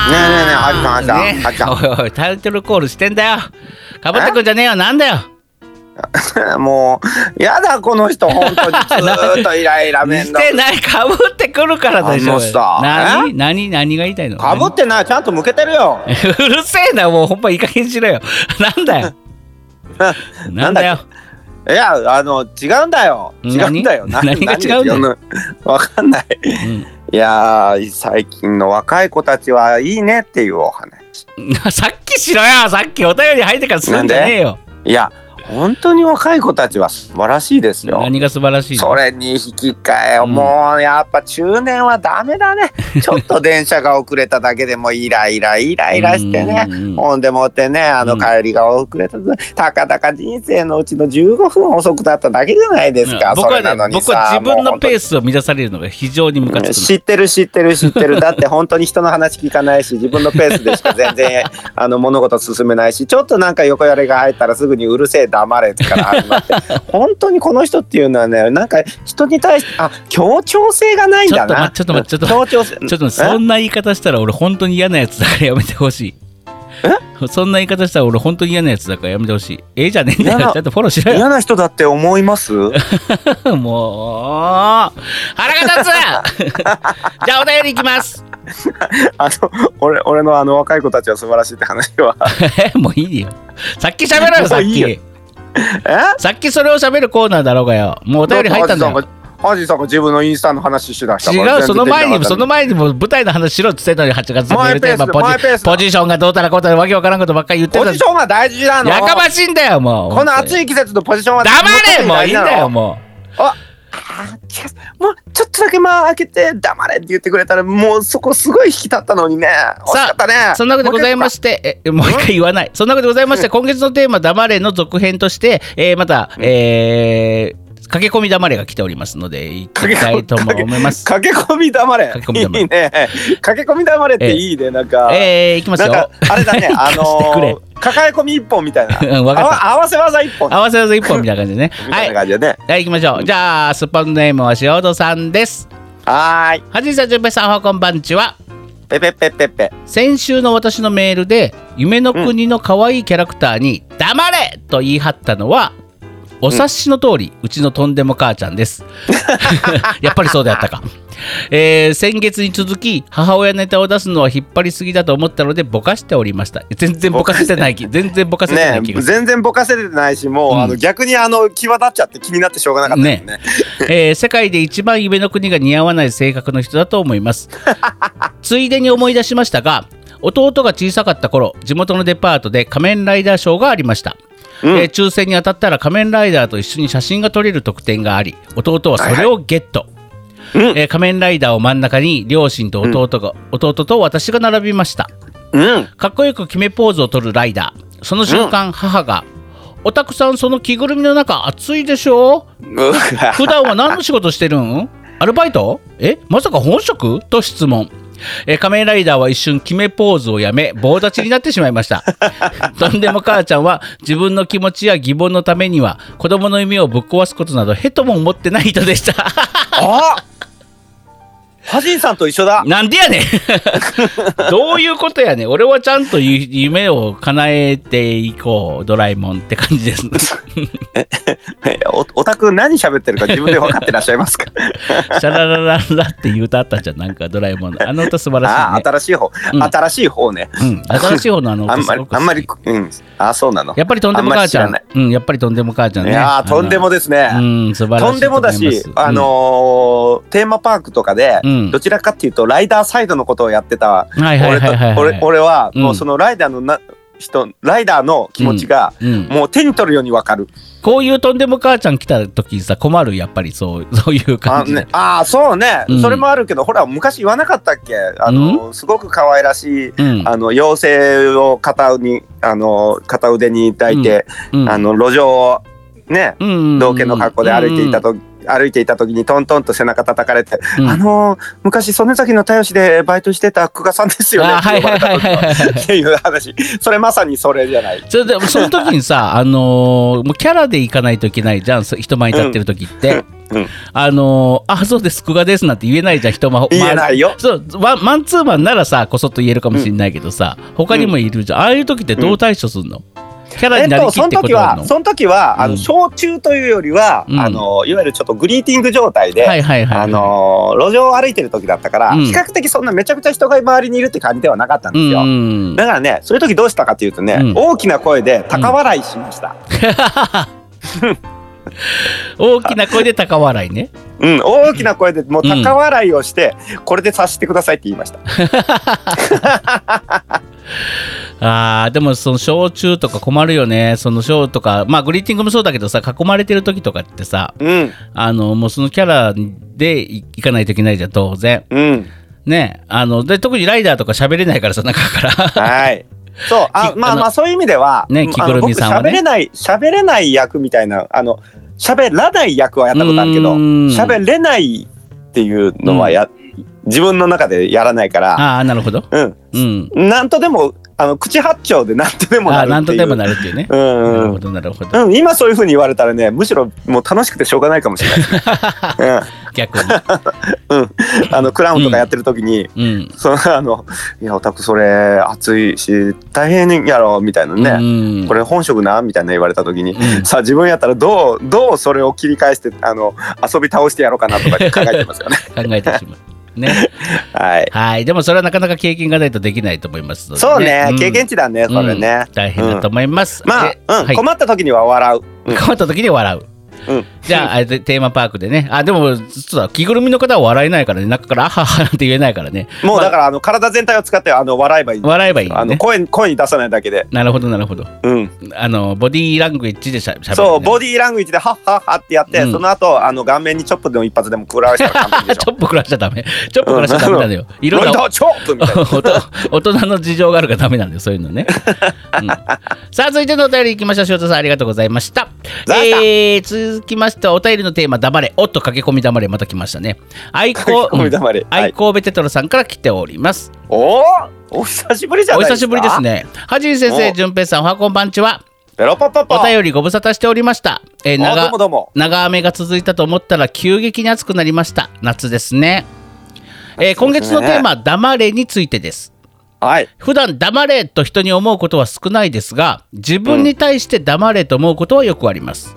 ー。ねえねえねえハジさんハジさんハジさんねおいおいタイトルコールしてんだよ。かぶってくんじゃねえよ。なんだよ。もうやだこの人本当にずーっとイライラ面 *laughs* し倒てない。かぶってくるからでしあょの。さ何何何が言いたいの。かぶってないちゃんと向けてるよ *laughs* うるせえな、もうほんまいい加減にしろよ。 *laughs* なん *laughs* だよ。なんだよ。いやあの違うんだよ違うんだよ何な何が違うんだよのわかんないいやー最近の若い子たちはいいねっていうお話うん *laughs* さっきしろよ、さっきお便り入ってからすんじゃねえよ。いや本当に若い子たちは素晴らしいですよ何が素晴らしいそのれに引き換え、んもうやっぱ中年はダメ *laughs* だねちょっと電車が遅れただけでもイライライライラしてねうんうんうんほんでもってねあうのん帰りが遅れただたかだか人生のうちの15分遅くだっただけじゃないですか、僕そはれなのにね、僕さは自分のペーススを乱されるのが非常にムカつ *laughs* く知ってる知ってる知ってるだって本当に人の話聞かないし自分のペースでしか全然 *laughs* あの物事進めないしちょっとなんか横やれが入ったらすぐにうるせえ黙れから始まって本当にこの人っていうのはねなんか人に対してあ協調性がないんだなちょっと待ってちょ協っと調性の。ちょっとそんな言い方したら俺本当に嫌なやつだからやめてほしい。そんな言い方したら俺本当に嫌なやつだからやめてほしい。ええじゃねえんだ嫌よ。なちゃんとフォローしろえよ。嫌な人だって思います *laughs* もう腹が *laughs* 立つじゃあお便りいきますあの俺俺のあの若い子たちは素晴らしいって話はえ *laughs* もういいよさっき喋ろよさっもういきいよえさっきそれを喋るコーナーだろうがよもうお便り入ったんだだよってハジさんがハジさんが自分のインスタの話しだしたから違う全然その前できなかっにたその前にも舞台の話しろっつってたのに8月のメールテーママイペースマイペーポジスポジションがどうたらこうたらわけわからんことばっかり言ってポたジションは大事なのやかましいんだよもうこの暑い季節のポジションは黙れもういいんだよもうももうちょっとだけ間開けて黙れって言ってくれたらもうそこすごい引き立ったのにね惜しさかったねうそんなことでございまししてえもう一回言わないそんなことでございまして今月のテーマ「黙れ」の続編として、えーまた、えー駆け込み黙れが来ておりますので行ってみたいとも思います駆け込み黙れ駆け込み黙れいいね駆け込み黙れっていいねなんか、えー、いきますなんよかあれだ *laughs* ねあ貸してくれのー抱え込み一本みたいなうんわかったあわ合わせ技一本合わせ技一本みたいな感じでねみはたいいな感じでねはい行きましょうじゃあスパンネームは塩戸さんですはーいはじいさんじゅんぺいさんおはこんばんちはペペペペペ先週の私のメールで夢の国の可愛いキャラクターに「黙れ!」と言い張ったのはお察しの通り、うちのとんでも母ちゃんです。 *laughs* やっぱりそうであったか。えー先月に続き母親ネタを出すのは引っ張りすぎだと思ったのでぼかしておりました。全然ぼかせてない気、全然ぼかせてなねい気がする全然ぼかせれてないしもう、うんあの逆にあの際立っちゃって気になってしょうがなかったですねえー世界で一番夢の国が似合わない性格の人だと思います *laughs* ついでに思い出しましたが弟が小さかった頃地元のデパートで仮面ライダーショーがありました、うんえー抽選に当たったら仮面ライダーと一緒に写真が撮れる特典があり弟はそれをゲット、えー仮面ライダーを真ん中に両親と弟が、弟と私が並びましたうん。かっこよく決めポーズを取るライダーその瞬間、母が「おたくさんその着ぐるみの中暑いでしょう *laughs* わ普段は何の仕事してるんアルバイトえまさか本職と質問えー仮面ライダーは一瞬決めポーズをやめ棒立ちになってしまいました *laughs* とんでも母ちゃんは自分の気持ちや疑問のためには子供の夢をぶっ壊すことなどへとも思ってない人でした *laughs* あハジンさんと一緒だ。なんでやねん *laughs* どういうことやねん俺はちゃんとゆ夢を叶えていこうドラえもんって感じですね *laughs* えおオタク何喋ってるか自分で分かってらっしゃいます *laughs* かシャララララっていう歌あったじゃんなんかドラえもんのあの歌素晴あらあ、し新しいねい方、うん新しい方ね。うん、新しい方のあのあ歌んますりご、く好きあんまり、うん。ああ、そうなの。やっぱりとんでも母ちゃあんんまり。うん、やっぱりとんでも母ちゃんいね。やーとんでもでですね。うん、素晴らしい。とんでもだし、あ、のーテーマパークとかで、うんどちらかっていうとライダーサイドのことをやってたうん、はいはい俺とはいはい。俺、俺はうんもうそのライダーのな人ライダーの気持ちがうん、もう手に取るようにわかる。こういうとんでも母ちゃん来た時さ困るやっぱりそう *laughs* そういうあ感じで、ねあーそうね、うんそれもあるけどほら昔言わなかったっけあのー、すごく可愛らしいうんあの妖精を片腕にあのー片腕に抱いて、うんあの路上をねうんうんうん道家の格好で歩いていたと、歩いていた時にトントンと背中叩かれてうんあのー昔曽根崎の太しでバイトしてた久我さんですよねあって呼ばれた時はい *laughs* はいはいはいのっていう話それまさにそれじゃない。それでその時にさあのーもうキャラで行かないといけないじゃんそ人前に立ってる時って、うんうんあのーあそうです久我ですなんて言えないじゃん人前言えないよ。そうワンマンツーマンならさこそっと言えるかもしれないけどさ、他にもいるじゃん、ああいう時ってどう対処するの、キャラえにっなりと、きそっのてこ時となのは、その時は、あうんの、焼酎というよりは、うんあの、いわゆるちょっとグリーティング状態で、はいはいはい、あの、路上を歩いてる時だったから、うん比較的そんなめちゃくちゃ人が周りにいるって感じではなかったんうですよ。んだからね、そういう時どうしたかというとね、うん大きな声で高笑いしました。大きな声で高笑いねうん、大きな声でもう高笑いをして、これで察してくださいって言いました。あーでもその焼酎とか困るよねそのショーとかまあグリーティングもそうだけどさ囲まれてる時とかってさうん、あのもうそのキャラで行かないといけないじゃん当然うん、ねあので特にライダーとか喋れないからさ中から *laughs* はい。そう、あき、まあまああ、そういう意味では、ねうん着ぐるみさんはねあの僕喋れない、喋れない役みたいな、あの、喋らない役はやったことあるけどうー、ん喋れないっていうのはや、自分の中でやらないから、ああなるほどうん、うんなんとでも、あの、口八丁でなんとでもあなあるっていう。なんとでもなるっていうねうなるんうほん。どなるほどうん、今そういうふうに言われたらね、むしろもう楽しくてしょうがないかもしれない *laughs* ですね。*laughs* 逆にうん、うん、あのクラウンとかやってる時に、うんそのあの「いやオタクそれ暑いし大変やろ」みたいなね、うんこれ本職なみたいな言われた時に、うんさあ自分やったらどうどうそれを切り返してあの遊び倒してやろうかなとか考えてます *laughs* よね。考えてしまうねはい、はい、でもそれはなかなか経験がないとできないと思いますので、そうね、ん経験値だねそれねう。ん大変だと思います。まであ、うんはい、困困った時には笑う。うんった時に笑う。うんじゃあ、あれでテーマパークでね、あでもそうだ着ぐるみの方は笑えないからね、中からあははなんて言えないからね、もうだからあの体全体を使ってあの笑えばいい。笑えばいいあよのね。声声に出さないだけで、なるほど、なるほど。うん、あのボディーラングエッジでしゃしゃべる、ね。そうボディーラングイジでハッハッハッってやって、うんその後あの顔面にチョップでも一発でも食らわしたら完璧でし *laughs* チょ。ョップ食らっちゃダメ。チョップ食らっちゃダメな *laughs* のよ。いろんロなイドチョップみたいな。大人 *laughs* 大人の事情があるからダメなんだよそういうのね、 *laughs* うんさあ続いてのお便りいきましょう翔太さんありがとうございましたざいましたえー、続きましてはお便りのテーマ「黙れ」おっと駆け込み黙れまた来ましたね愛好ごめん黙れ。は愛い。神戸テトロさんから来ておりますおお、お久しぶりじゃおないで久すか。しぶりです。ねはじり先生お淳平さんおはこんばんちはペロパパパ。お便りご無沙汰しておりましたえーあどう長もどうも。長雨が続いたと思ったら急激に暑くなりました夏ですねえー今月のテーマ「黙れ」についてですはい。普段黙れと人に思うことは少ないですが自分に対して黙れと思うことはよくあります、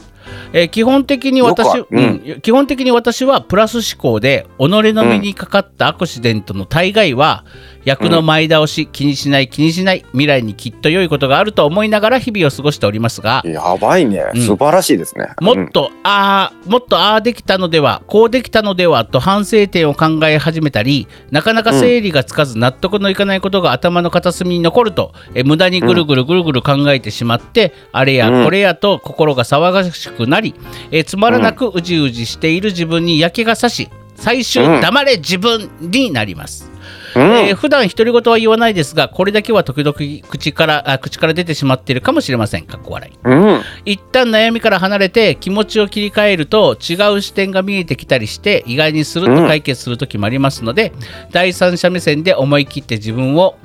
えー基本的に私、よくあるうんうん基本的に私はプラス思考で己の身にかかったアクシデントの大概は役の前倒し気にしない気にしない未来にきっと良いことがあると思いながら日々を過ごしておりますがやばいねうん。素晴らしいですね。もっと、ああもっとああできたのではこうできたのではと反省点を考え始めたりなかなか整理がつかず納得のいかないことが頭の片隅に残ると、え無駄にぐるぐるぐるぐる考えてしまって、あれやうんこれやと心が騒がしくなり、えつまらなくうじうじしている自分に嫌気がさし最終うん黙れ自分になります、うんえー普段独り言は言わないですがこれだけは時々口からあ口から出てしまっているかもしれませんかっこ笑いうん一旦悩みから離れて気持ちを切り替えると違う視点が見えてきたりして意外にすると解決する時もありますので、第三者目線で思い切って自分を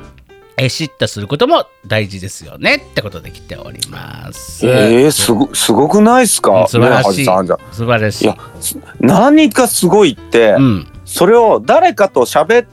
えー叱咤することも大事ですよねってことで来ております。えー、すごすごくないですか素晴らねしい、はじさん素晴らしいい。やす何かすごいって、うん、それを誰かと喋って、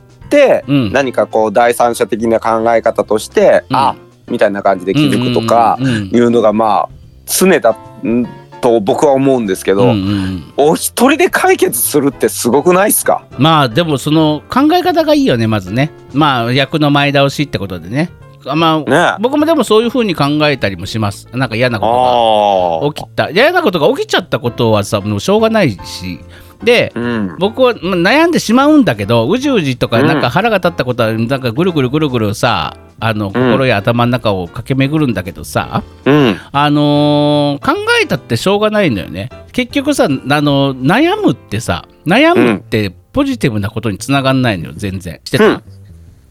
うん何かこう第三者的な考え方として、うんあみたいな感じで気づくとかうんうんいうのがまあ常だんと僕は思うんですけうど、んうんうんお一人で解決するってすごくないですかまあでもその考え方がいいよねまずねまあ役の前倒しってことでねあまあ、ね僕もでもそういう風に考えたりもしますなんか嫌なことがあ起きた嫌なことが起きちゃったことはさもうしょうがないしでうん僕はまあ悩んでしまうんだけどうじうじとかなんか腹が立ったことはなんかぐるぐるぐるぐるさあの心や頭の中を駆け巡るんだけどさ、うんあのー考えたってしょうがないのよね結局さ、あのー悩むってさ悩むってポジティブなことにつながんないのよ全然してた、うん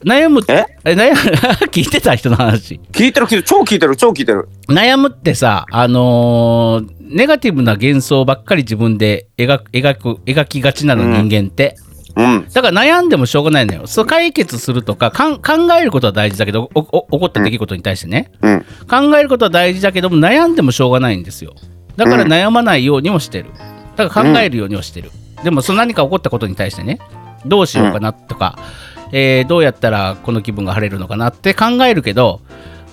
悩むってええ悩む *laughs* 聞いてた人の話聞いてる聞いてる超聞いてる超聞いてる悩むってさ、あのーネガティブな幻想ばっかり自分で描く描く描きがちなのうん人間って、うんだから悩んでもしょうがないのよそう解決するとかかん考えることは大事だけどおお起こった出来事に対してね、うん考えることは大事だけども悩んでもしょうがないんですよだからうん悩まないようにもしてるだから考えるようにはしてる、でもその何か起こったことに対してねどうしようかなとか、えーどうやったらこの気分が晴れるのかなって考えるけど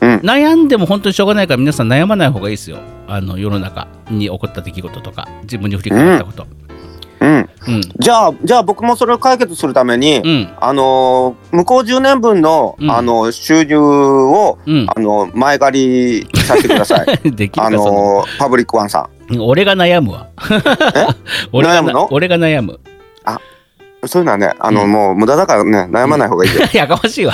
うん悩んでも本当にしょうがないから皆さん悩まない方がいいですよあの世の中に起こった出来事とか自分に振り返ったことうんうんじゃあじゃあ僕もそれを解決するために、うんあのー向こう10年分の、うんあの収入を、うんあの前借りさせてくだ *laughs* さいできるあかそののーパブリックワンさん俺が悩むわ *laughs* 俺が悩むの俺が悩む *laughs* そういうのはね、あの、うんもう無駄だからね、悩まない方がいいよ。やか *laughs* ましいわ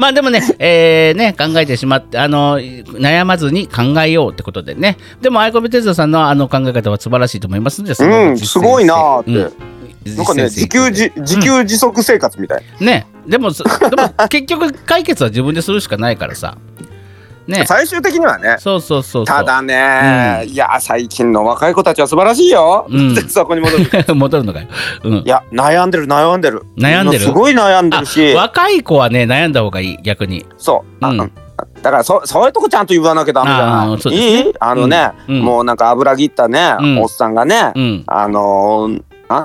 まあでもね,、えーね考えてしまってあの悩まずに考えようってことでねでも愛子部哲也さんのあの考え方は素晴らしいと思いますんでそうのん実践してすごいなーってうんなんか *laughs* ね、自実践し給ていく自、自給自足生活みたい。ねでもそでも結局解決は自分でするしかないからさね最終的にはね。そうそうそうそうただね、ういや、最近の若い子たちは素晴らしいよ。うん *laughs* そこに戻る。い戻るのかよ、うん、や、悩んでる、悩んでる。悩んでるすごい悩んであるし、若い子はね悩んだ方がいい逆にそう。あうんだからそ、そういうとこちゃんと言わなきゃダメじゃあなーそうい。ですいいあのね、うんうんもうなんか油切ったね、うんおっさんがね、うんあのー、なん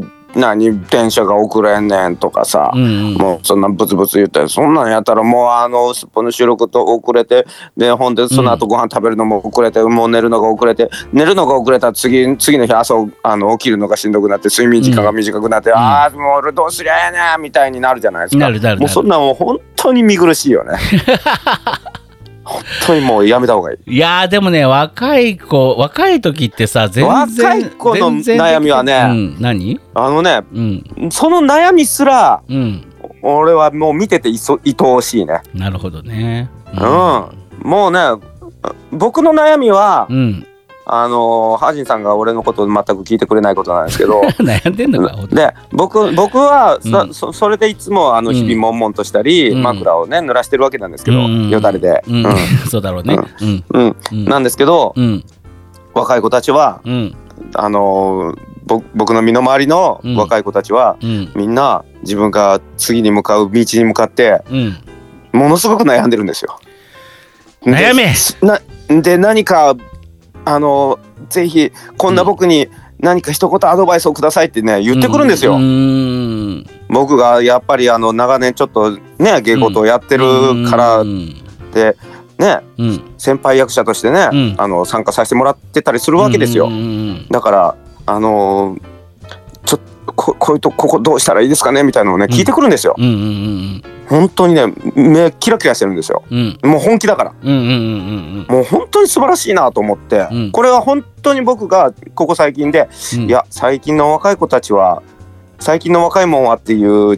で、何、電車が遅れんねんとかさ。うんうんもうそんなブツブツ言ってそんなんやったらもうあのすっぽの収録と遅れてでほんでその後ご飯食べるのも遅れて、もう寝るのが遅れて寝るのが遅れたら次次の日朝あの起きるのがしんどくなって睡眠時間が短くなって、ああもう俺どうすりゃええねんみたいになるじゃないですかなるなるなるもうそんなんもう本当に見苦しいよ *laughs* ね本当にもうやめた方がいいいやーでもね若い子若い時ってさ全然若い子の全然悩みはねうん、何あのねうんその悩みすらうん俺はもう見てていそ愛おしいねなるほどねうん、もうね僕の悩みは、うん、うん、 *laughs* あのーハジンさんが俺のことを全く聞いてくれないことなんですけ *laughs* ど悩んでんのかほんとで僕僕はさ、うんそそれでいつもあのうん日々悶々としたり、うん枕をね濡らしてるわけなんですけど、うんよだれで、うん、 *laughs* そうだろうねうんうんうんなんですけど、うん若い子たちはうんあのーぼ僕の身の回りのうん若い子たちは、うんみんな自分が次に向かう道に向かってうんものすごく悩んでるんですよ。で悩めすなで何かあのぜひこんな僕に何か一言アドバイスをくださいってね言ってくるんですよ。うーん僕がやっぱりあの長年ちょっとね芸事をやってるからうっんてねうん先輩役者としてね、うんあの参加させてもらってたりするわけですよ。うんうんだからあのちょっとここういうとここどうしたらいいですかねみたいなのをねうん聞いてくるんですよ。うんうん本当にね目キラキラしてるんですよ。うんうんもう本気だから。うんうんうんうんうんもう本当に素晴らしいなと思って、うんこれは本当に僕がここ最近で、うんいや最近の若い子たちは最近の若いもんはっていう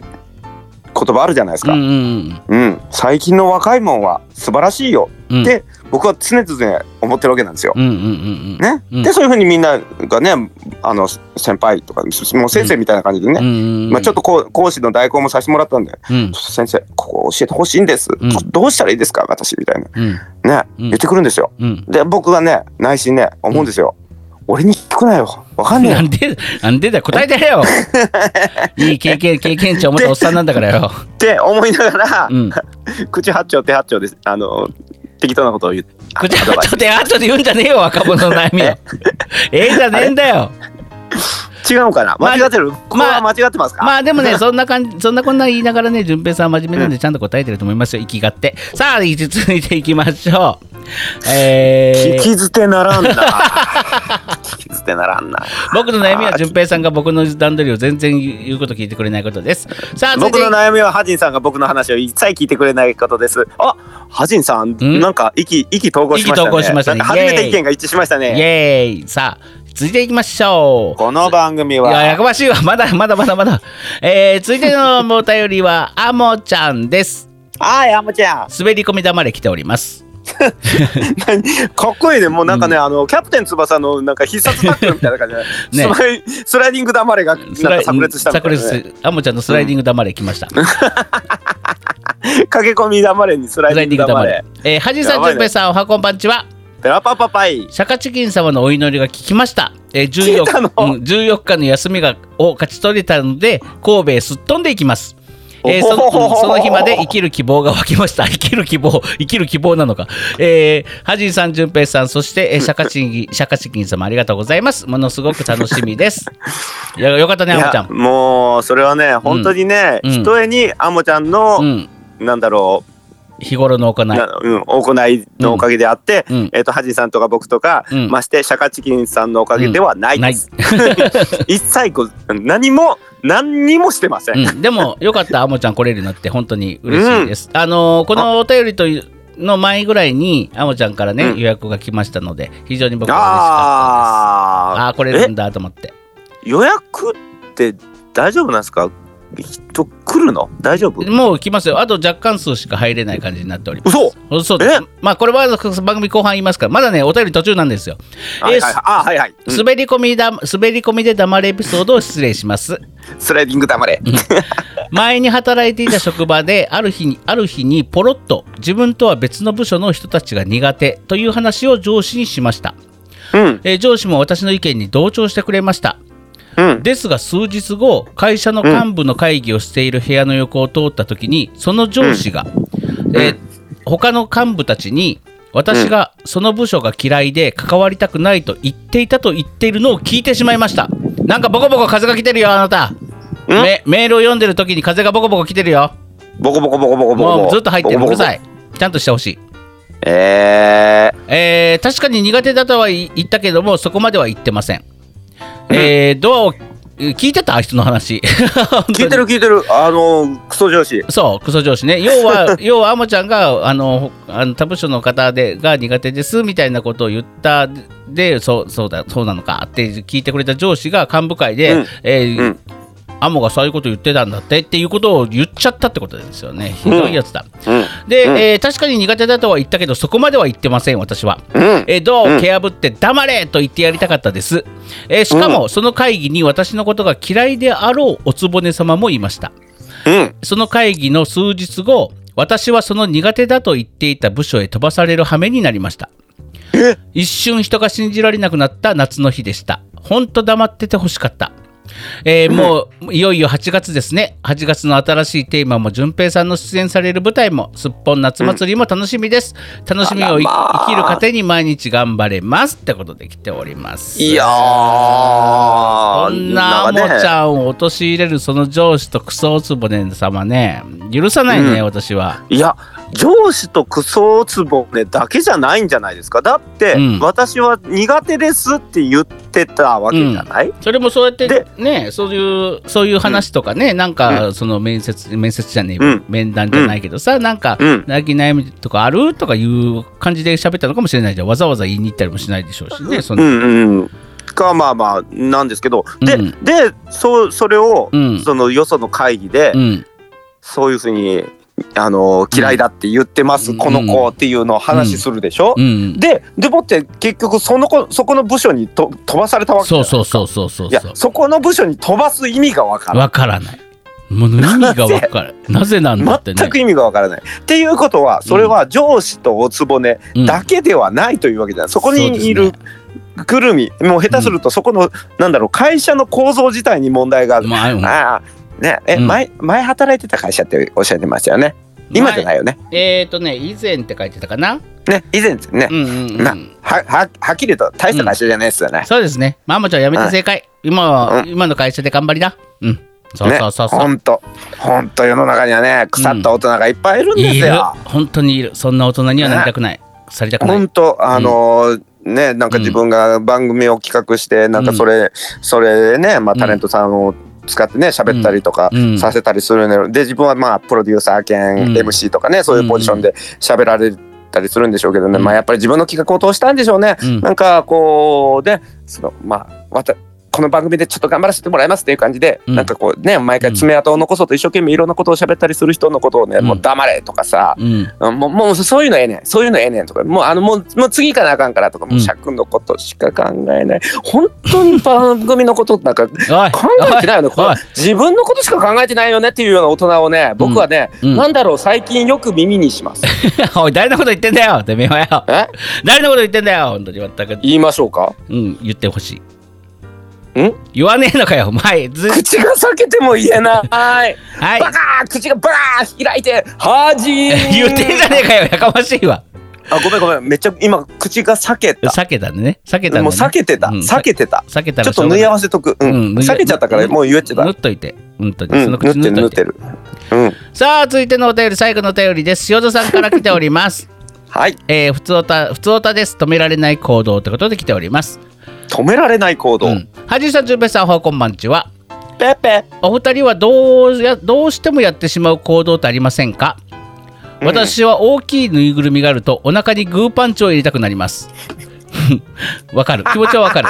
言言葉あるじゃないですうんか、うんうんうん、最近の若いもんは素晴らしいようんって僕は常々思ってるわけなんですよ。うんうんうんねうんでそういうふうにみんながねあの先輩とかもう先生みたいな感じでうんうね、んまあ、ちょっとこう講師の代行もさせてもらったんでとうん「先生ここ教えてほしいんです、うんどうしたらいいですか私」みたいうんなね、うん言ってくるんですよ。うんで僕がね内心ね思うんですよ。俺に聞くなよわかんねえなよ。んでなんでだよ答え *laughs* てやれよいい経験経験値を持ったおっさんなんだからよって思いながら、うん *laughs* 口八丁手八丁ですあの適当なことを言ってくちゃくちゃで後で言うんじゃねえよ若者 *laughs* の悩みをええじゃねえんだよ違うかなまあ間違ってる、ここは間違ってますか、まあでもね、そんな感じ、そんなこんな言いながらね、順平さんは真面目なんで、ちゃんと答えてると思いますよ、生きがって。さあ、続いていきましょう。え聞ー、き捨てな *laughs* らんな聞き捨てならんな僕の悩みは順平さんが僕の段取りを全然言うこと聞いてくれないことです。さあ、続い僕ての。悩みはハジンさんが僕の話を一切聞いてくれないことですあハジンさんんなんか息息投合しました意気投ね合しましたねなんか初めて意見が一致しましたイねエーイ。さあ、続いていきましょう。この番組いや、やはかましいわ。まだまだまだまだ。えー、続いてのお便りは、 *laughs* あもちゃんです。あいやもち *laughs* ゃん滑り込み玉で来ております。かっこいいねもうなんかね、あのキャプテン翼のなんか必殺タックルみたいな感じで、 *laughs* ねスライスライディング黙れがなんかスライ炸裂したみたいな、炸裂アモちゃんのスライディング玉で来ました。駆け込み黙れにスライスラディインデグィング黙玉れで。えー、はじさん、じゅんぺいさん、おはこんばんちは。ペラパパパイシャカチキン様のお祈りが聞きました。えー、14, 聞いたのうん14日の休みがを勝ち取れたので、神戸へすっ飛んでいきます。えーそのうんおほほほほその日まで生きる希望が湧きました。 *laughs* 生きる希望、生きる希望なのか。えー、はじいさん、じゅんぺいさん、そして、えー、シャカチン、 *laughs* シャカチキン様、ありがとうございます。ものすごく楽しみです。いやよかったね、いあやもちゃん。もうそれはね本当にね、うんひとえにあもちゃんの、うん、なんだろ日頃の行う、い。なうん、行いのおかげであって、うんうんえっ、とハジさんとか僕とか、うんましてシャカチキンさんのおかげではないです、 *laughs* 一切こ何も何にもしてません、うん、でもよかった、あもちゃん来れるようになって、本当に嬉しいです。あのーこのお便りというの前ぐらいに、あもちゃんからね、うん予約が来ましたので、非常に僕は嬉しあかったです。ーああー、来れるんだと思って。予約って大丈夫なんですか人来るの大丈夫もう来ますよ。あと若干数しか入れない感じになっております。嘘そうです。まあ、これは番組後半言いますから、まだね、お便り途中なんですよ。はいはいはいあはいはい、うん滑り込みだ、滑り込みで黙れエピソードを失礼します。スライディング黙れ前に働いていた職場である日にある日にポロッと自分とは別の部署の人たちが苦手という話を上司にしました、うんえー上司も私の意見に同調してくれましたうんですが数日後会社の幹部の会議をしている部屋の横を通った時にその上司が、えー他の幹部たちに私がその部署が嫌いで関わりたくないと言っていたと言っているのを聞いてしまいましたなんかボコボコ風が来てるよあなためメールを読んでる時に風がボコボコ来てるよボコボコボコボコボコボコもうずっと入ってるボうコボるコさいちゃんとしてほしい、ええー、確かに苦手だとは言言ったけどもそこまでは言ってません、えー、ドアをえー聞いてた人の話ー、聞聞いてる聞いてるあのクソ上司そうクソ上司ね要は要はあもちゃんがあのあの他部署の方でが苦手ですみたいなことを言ったでそうそうだそうなのかって聞いてくれた上司が幹部会で、うんえーうんアモがそういうこと言ってたんだってっていうことを言っちゃったってことですよね。ひどいやつだ。うんで、うんえー確かに苦手だとは言ったけどそこまでは言ってません私は、うんえードアを蹴破って黙れと言ってやりたかったです、えーしかもその会議に私のことが嫌いであろうお局様もいましたうんその会議の数日後私はその苦手だと言っていた部署へ飛ばされる羽目になりました一瞬人が信じられなくなった夏の日でしたほんと黙っててほしかったえーもういよいよ8月ですね8月の新しいテーマも順平さんの出演される舞台もすっぽん夏祭りも楽しみです、楽しみをい、生きる糧に毎日頑張れますってことで来ておりますいやーこんなあもちゃんを陥れるその上司とクソおつぼね様ね許さないね、うん私は。いや上司とクソつぼねだけじゃないんじゃないですかだって、うん私は苦手ですって言ってたわけじゃない、それもそうやってでねそういうそういう話とかね、なんかその面接面接じゃねえ、うん面談じゃないけどさ、なんかうん泣き悩みとかあるとかいう感じで喋ったのかもしれないじゃんわざわざ言いに行ったりもしないでしょうしねそうんのうんうんかまあまあなんですけどで、うんでそうそれを、うんそのよその会議で、うんそういうふうにあの嫌いだって言ってます、うんこの子っていうのを話するでしょ、うん。ででもって結局その子そこの部署にと飛ばされたわけじゃそなういそうそうそうそういやそう。そこの部署に飛ばす意味がわからわからない。もう意味がわからない。なぜなんだなっていね全。く意味がわからない。っていうことはそれは上司とお局うんだけではないというわけじゃない、そこそうですにねいるくるみもう下手するとそこの、なんだろう会社の構造自体に問題がある。まあうんああねえ、うん前前働いてた会社っておっしゃってましたよね。今じゃないよね。えっとね、以前って書いてたかな。ね以前ね、うんうんう。なんはははっきりと大した会社じゃないですよね。そうですね。ママちゃんやめて正解。今はう今の会社で頑張りな。うん。そうねそうそうそう。本当本当世の中にはね腐った大人がいっぱいいるんですいるよ。。本当にいる。そんな大人にはなりたくない。されたくない。本当あのーねなんか自分が番組を企画して、なんかそれそれでねまあうんタレントさんを使ってね喋ったりとかうんさせたりするのよで自分はまあプロデューサー兼うん MC とかねそういうポジションで喋られたりするんでしょうけどね、うんまあやっぱり自分の企画を通したんでしょうね。うんなんかこうねそのまあわたこの番組でちょっと頑張らせてもらいますっていう感じで、うんなんかこうね毎回爪痕を残そうと一生懸命いろんなことを喋ったりする人のことをね、うんもう黙れとかさ、うん。うんもうもうそういうのええねんそういうのええねんとかもうあのもうもう次行かなあかんからとかもううん尺のことしか考えない、本当に番組のことなんか考おい。えてないよねこおいの自分のことしか考えてないよねっていうような大人をね僕はね、うんうんなんだろう最近よく耳にしますおい、誰のこと言ってんだよ。てめえはよ。え誰のこと言ってんだよ。本当に全く。言いましょうかうん、言ってほしい。ん言わねえのかよ、お前。ず口が裂けても言え *laughs* ないはいバ。カー口がバーン開いてはじ *laughs* ー言ってんじゃねえかよ、やかましいわ。あごめんごめんめっちゃ今口が裂けた避けたんだね。避けたんだね。もう裂けてた、うん裂けてた避けたちょらっと縫い合わわせとく、ううんん縫い合わ裂けちゃったからもう言えてた縫っといて。本当うに。ん、その縫っ口てる縫っ縫っとていて。る。うん、さあ、続いてのお便り、最後のお便りです。塩田さんから来ております。 *laughs* はい、えー、普通おた、普通おたです。止められない行動ということで来ております。止められない行動。うん。はじさん、じゅんべいさん、おはこんばんちは。ペッペ。お二人はどうやどうしてもやってしまう行動ってありませんか、うん私は大きいぬいぐるみがあるとお腹にグーパンチを入れたくなります *laughs* わかる気持ちはわかる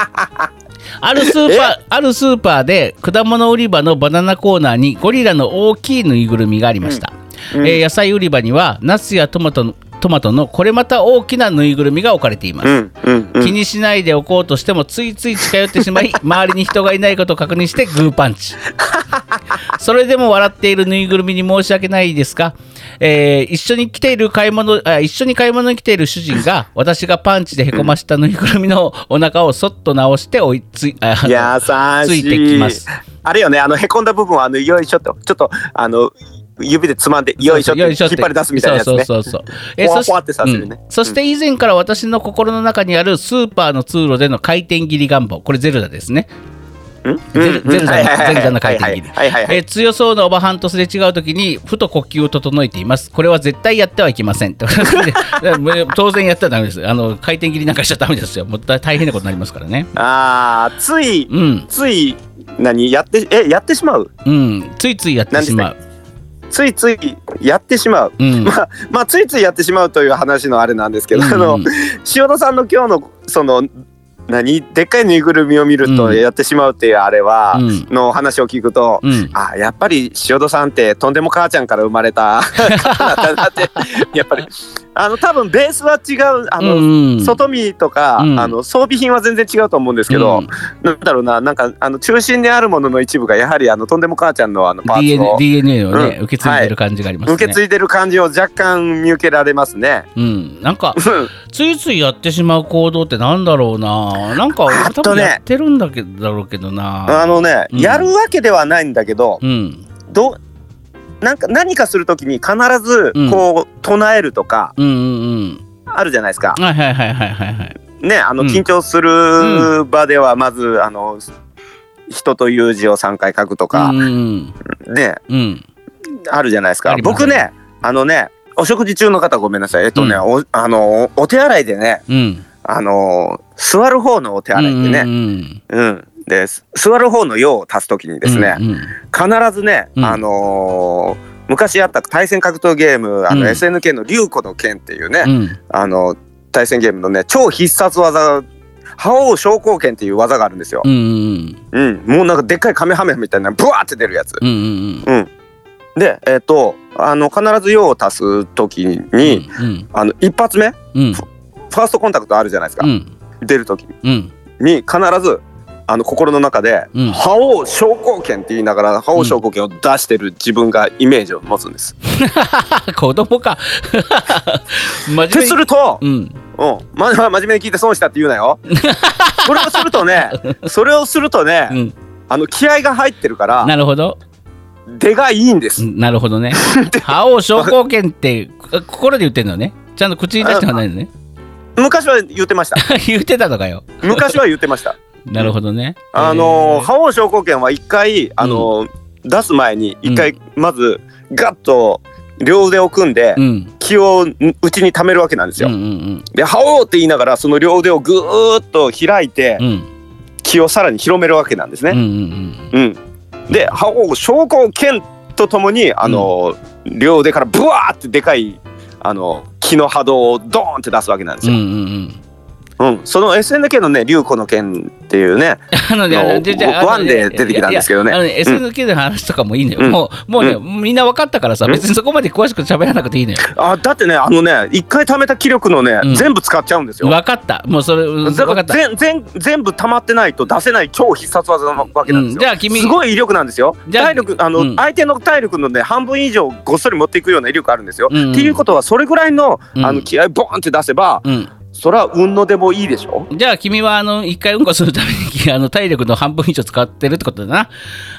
あるスーパーあるスーパーで果物売り場のバナナコーナーにゴリラの大きいぬいぐるみがありました、うんえー野菜売り場にはナスやトマトのトマトのこれまた大きなぬいぐるみが置かれていますうん、うん、う気ん。にしないでおこうとしてもついつい近寄ってし *laughs* まい周りに人がいないことを確認してグーパンチそれでも笑っているぬいぐるみに申し訳ないですが、えー一緒に来ている買い物あ一緒に買い物に来ている主人が私がパンチでへこましたぬいぐるみのお腹をそっと直して追いついあ優つしい。いてきます。あれよね、あのへこんだ部分は、あのよいしょっと、ちょっと、あの。指でつまんで、よいしょって、引っ張り出すみたいなやつね。そうそうそうそう。ほわそしほわってさせるねうんそして以前から私の心の中にあるスーパーの通路での回転切り願望、これゼルダですね。うんゼルうんゼルダはいはいのはいゼルダの回転切りはいはいはいはいはいえー強そうなおばはんとすれ違うときにふと呼吸を整えていますこれは絶対やってはいけませんということで *laughs* えー当然やったらダメですあの回転切りなんかしちゃダメですよもう大大変なことになりますからねああ、つい、うんつい、何、やって、え、やってしまう。うんついついやってしまう、ついつい、やってしまう。うんまあ、まあ、ついついやってしまうという話のあれなんですけど、あのうん。塩田さんの今日のその何でっかいぬいぐるみを見るうとんやってしまうっていうあれは、うんのお話を聞くと、うんあやっぱり塩田さんってとんでも母ちゃんから生まれた方だなって *laughs* やっぱりあの多分ベースは違うあの、うんうん外見とか、うんあの装備品は全然違うと思うんですけど、うんなんだろうななんかあの中心にあるものの一部がやはりあのとんでも母ちゃんのあのパーツ DNA, を DNA をね、うん受け継いでる感じがありますね、受け継いでる感じを若干見受けられますね。うん、なんかうんついついやってしまう行動ってなんだろうななんかあと多分ねやってるんだけどだろうけどなあのね、うんやるわけではないんだけど、うんどうなんか何かするときに必ずうんこう唱えるとかうんうんあるじゃないですかう。んはいはいはいはいはいはいね、あのうん緊張する場ではまずあの人という字を3回書くとうかんうんねうんうんあるじゃないですあかり。ます僕ね、あのね、お食事中の方ごめんなさい。えっとね、うんおあのお手洗いでね、うんあの座る方のお手洗いでうね、んうん、です座る方の用を足すときにですね、うんうん必ずね、うんあのー昔やった対戦格闘ゲームあの、うん SNK の「竜子の剣」っていうね、うんあの対戦ゲームのね超必殺技覇王昇降剣っていう技があるんですよ、うんうんうんもうなんかでっかいカメハメハみたいなブワーって出るやつ、うんうんうんうん、でえっ、とあの必ず用を足す時に、うんあの一発目フうんァーストコンタクトあるじゃないですか、うん出る時うんに必ずあの心の中でうん「覇王昇降拳」って言いながら覇王昇降拳を出してる自分がイメージを持つんです。あ子供か真面って目すにると、うんうんま、 *laughs* ま真面目に聞いて損したって言うな *laughs* よ。それをするとねそれをするとね、うんあの気合が入ってるからなるほど出がいいんです。なるほ *laughs* どね覇王昇降拳ってこ心で言ってんのねちゃんと口に出してはないのね昔は言ってました言ってたのかよ昔は言ってま *laughs* した。なるほどねあのー覇王昇降拳は一回、あのー出す前に一回まずガッと両腕を組んでえーうん気を内に溜めるわけなんですうんよ。うんで「覇王」って言いながらその両腕をぐーっと開いてうんうん気をさらに広めるわけなんですうんうね。んうんで「覇王昇降拳」とともにあのー、両腕からブワーってでかいあのー気の波動をドーンって出すわけなんですうんうんうよ。んうんうん、その SNK のね龍子の剣っていうねあのね、あののじゃじゃあ僕のワンで出てきたんですけどねいやいやあうのね SNK の話とかもいいのよ。うんもう、もうね、みんな分かったからさ、うん別にそこまで詳しく喋らなくていいのよ。あだってねあのね一回貯めた気力のね、うん全部使っちゃうんですよ。分かった。もうそれ、分だかからった。全全全部溜まってないと出せない超必殺技なわけなんですよ。うんじゃあ君すごい威力なんですよ。じゃあ体力あの、うん相手の体力のね半分以上ごっそり持っていくような威力あるんですよ。うんっていうことはそれぐらいのうんあの気合ボーンって出せば、うん、それは運のでもいいでしょ。じゃあ君はあの一回うんこするために *laughs* あの体力の半分以上使ってるってことだな。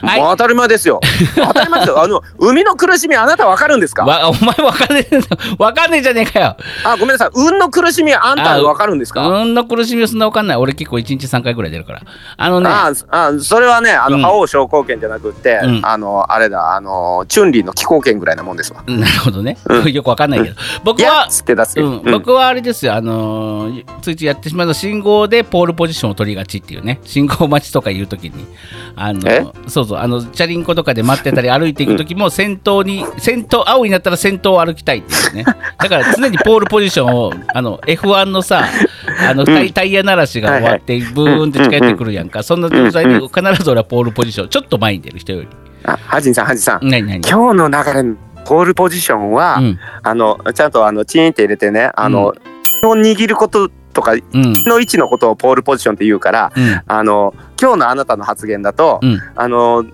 はい。もうわ当たり前です *laughs* よ。当たり前ですよ。あの生みの苦しみあなたわかるんですか。お前わかんねえ *laughs* わかんねえじゃねえかよ。あごめんなさい。運の苦しみあんたわかるんですか。うんの苦しみはそんなわかんない。俺結構一日三回ぐらい出るから。あのね。ああそれはねあの、うん覇王昇降拳じゃなくって、うんあのあれだあのチュンリーの気候拳ぐらいなもんですわ。なるほどね。 *laughs* よくわかんないけど。僕いやはっつって出すけうど、ん、うん僕はあれですよ、あのーついついやってしまうの信号でポールポジションを取りがちっていうね、信号待ちとかいうときに、あのそうそう、あの、チャリンコとかで待ってたり、歩いていくとき *laughs* も、先頭に、先頭、青になったら先頭を歩きたいっていうね、だから常にポールポジションを、あの、F1 のさ、あのタイタイヤ鳴らしが終わって、ブーンって近寄ってくるやんか、そんな状態で、必ず俺はポールポジション、ちょっと前に出る人より。あハジンさんハジンさん、何何今日の流れのポールポジションは、うんあのちゃんとあのチーンって入れてねあの、を握ることとか *laughs* うんの位置のことをポールポジションって言うからうんあの今日のあなたの発言だと、うんあの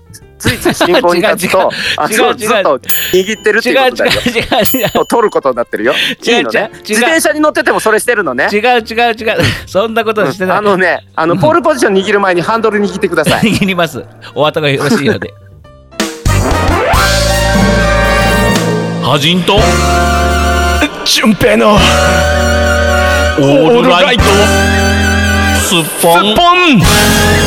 ついつい進行に立つ *laughs* 違う違うとあそう違う違うずっと握ってるって違う違ういうことだよ。違う違うを取ることになってるよ。違ういいのね違う違う自転車に乗っててもそれしてるのね。違う違う違う *laughs* そんなことしてない、あのね、あのポールポジション握る前にハンドル握ってくだ *laughs* さい。握りますお後がよろし *laughs* いのでハジンと純平のオールライトスッポン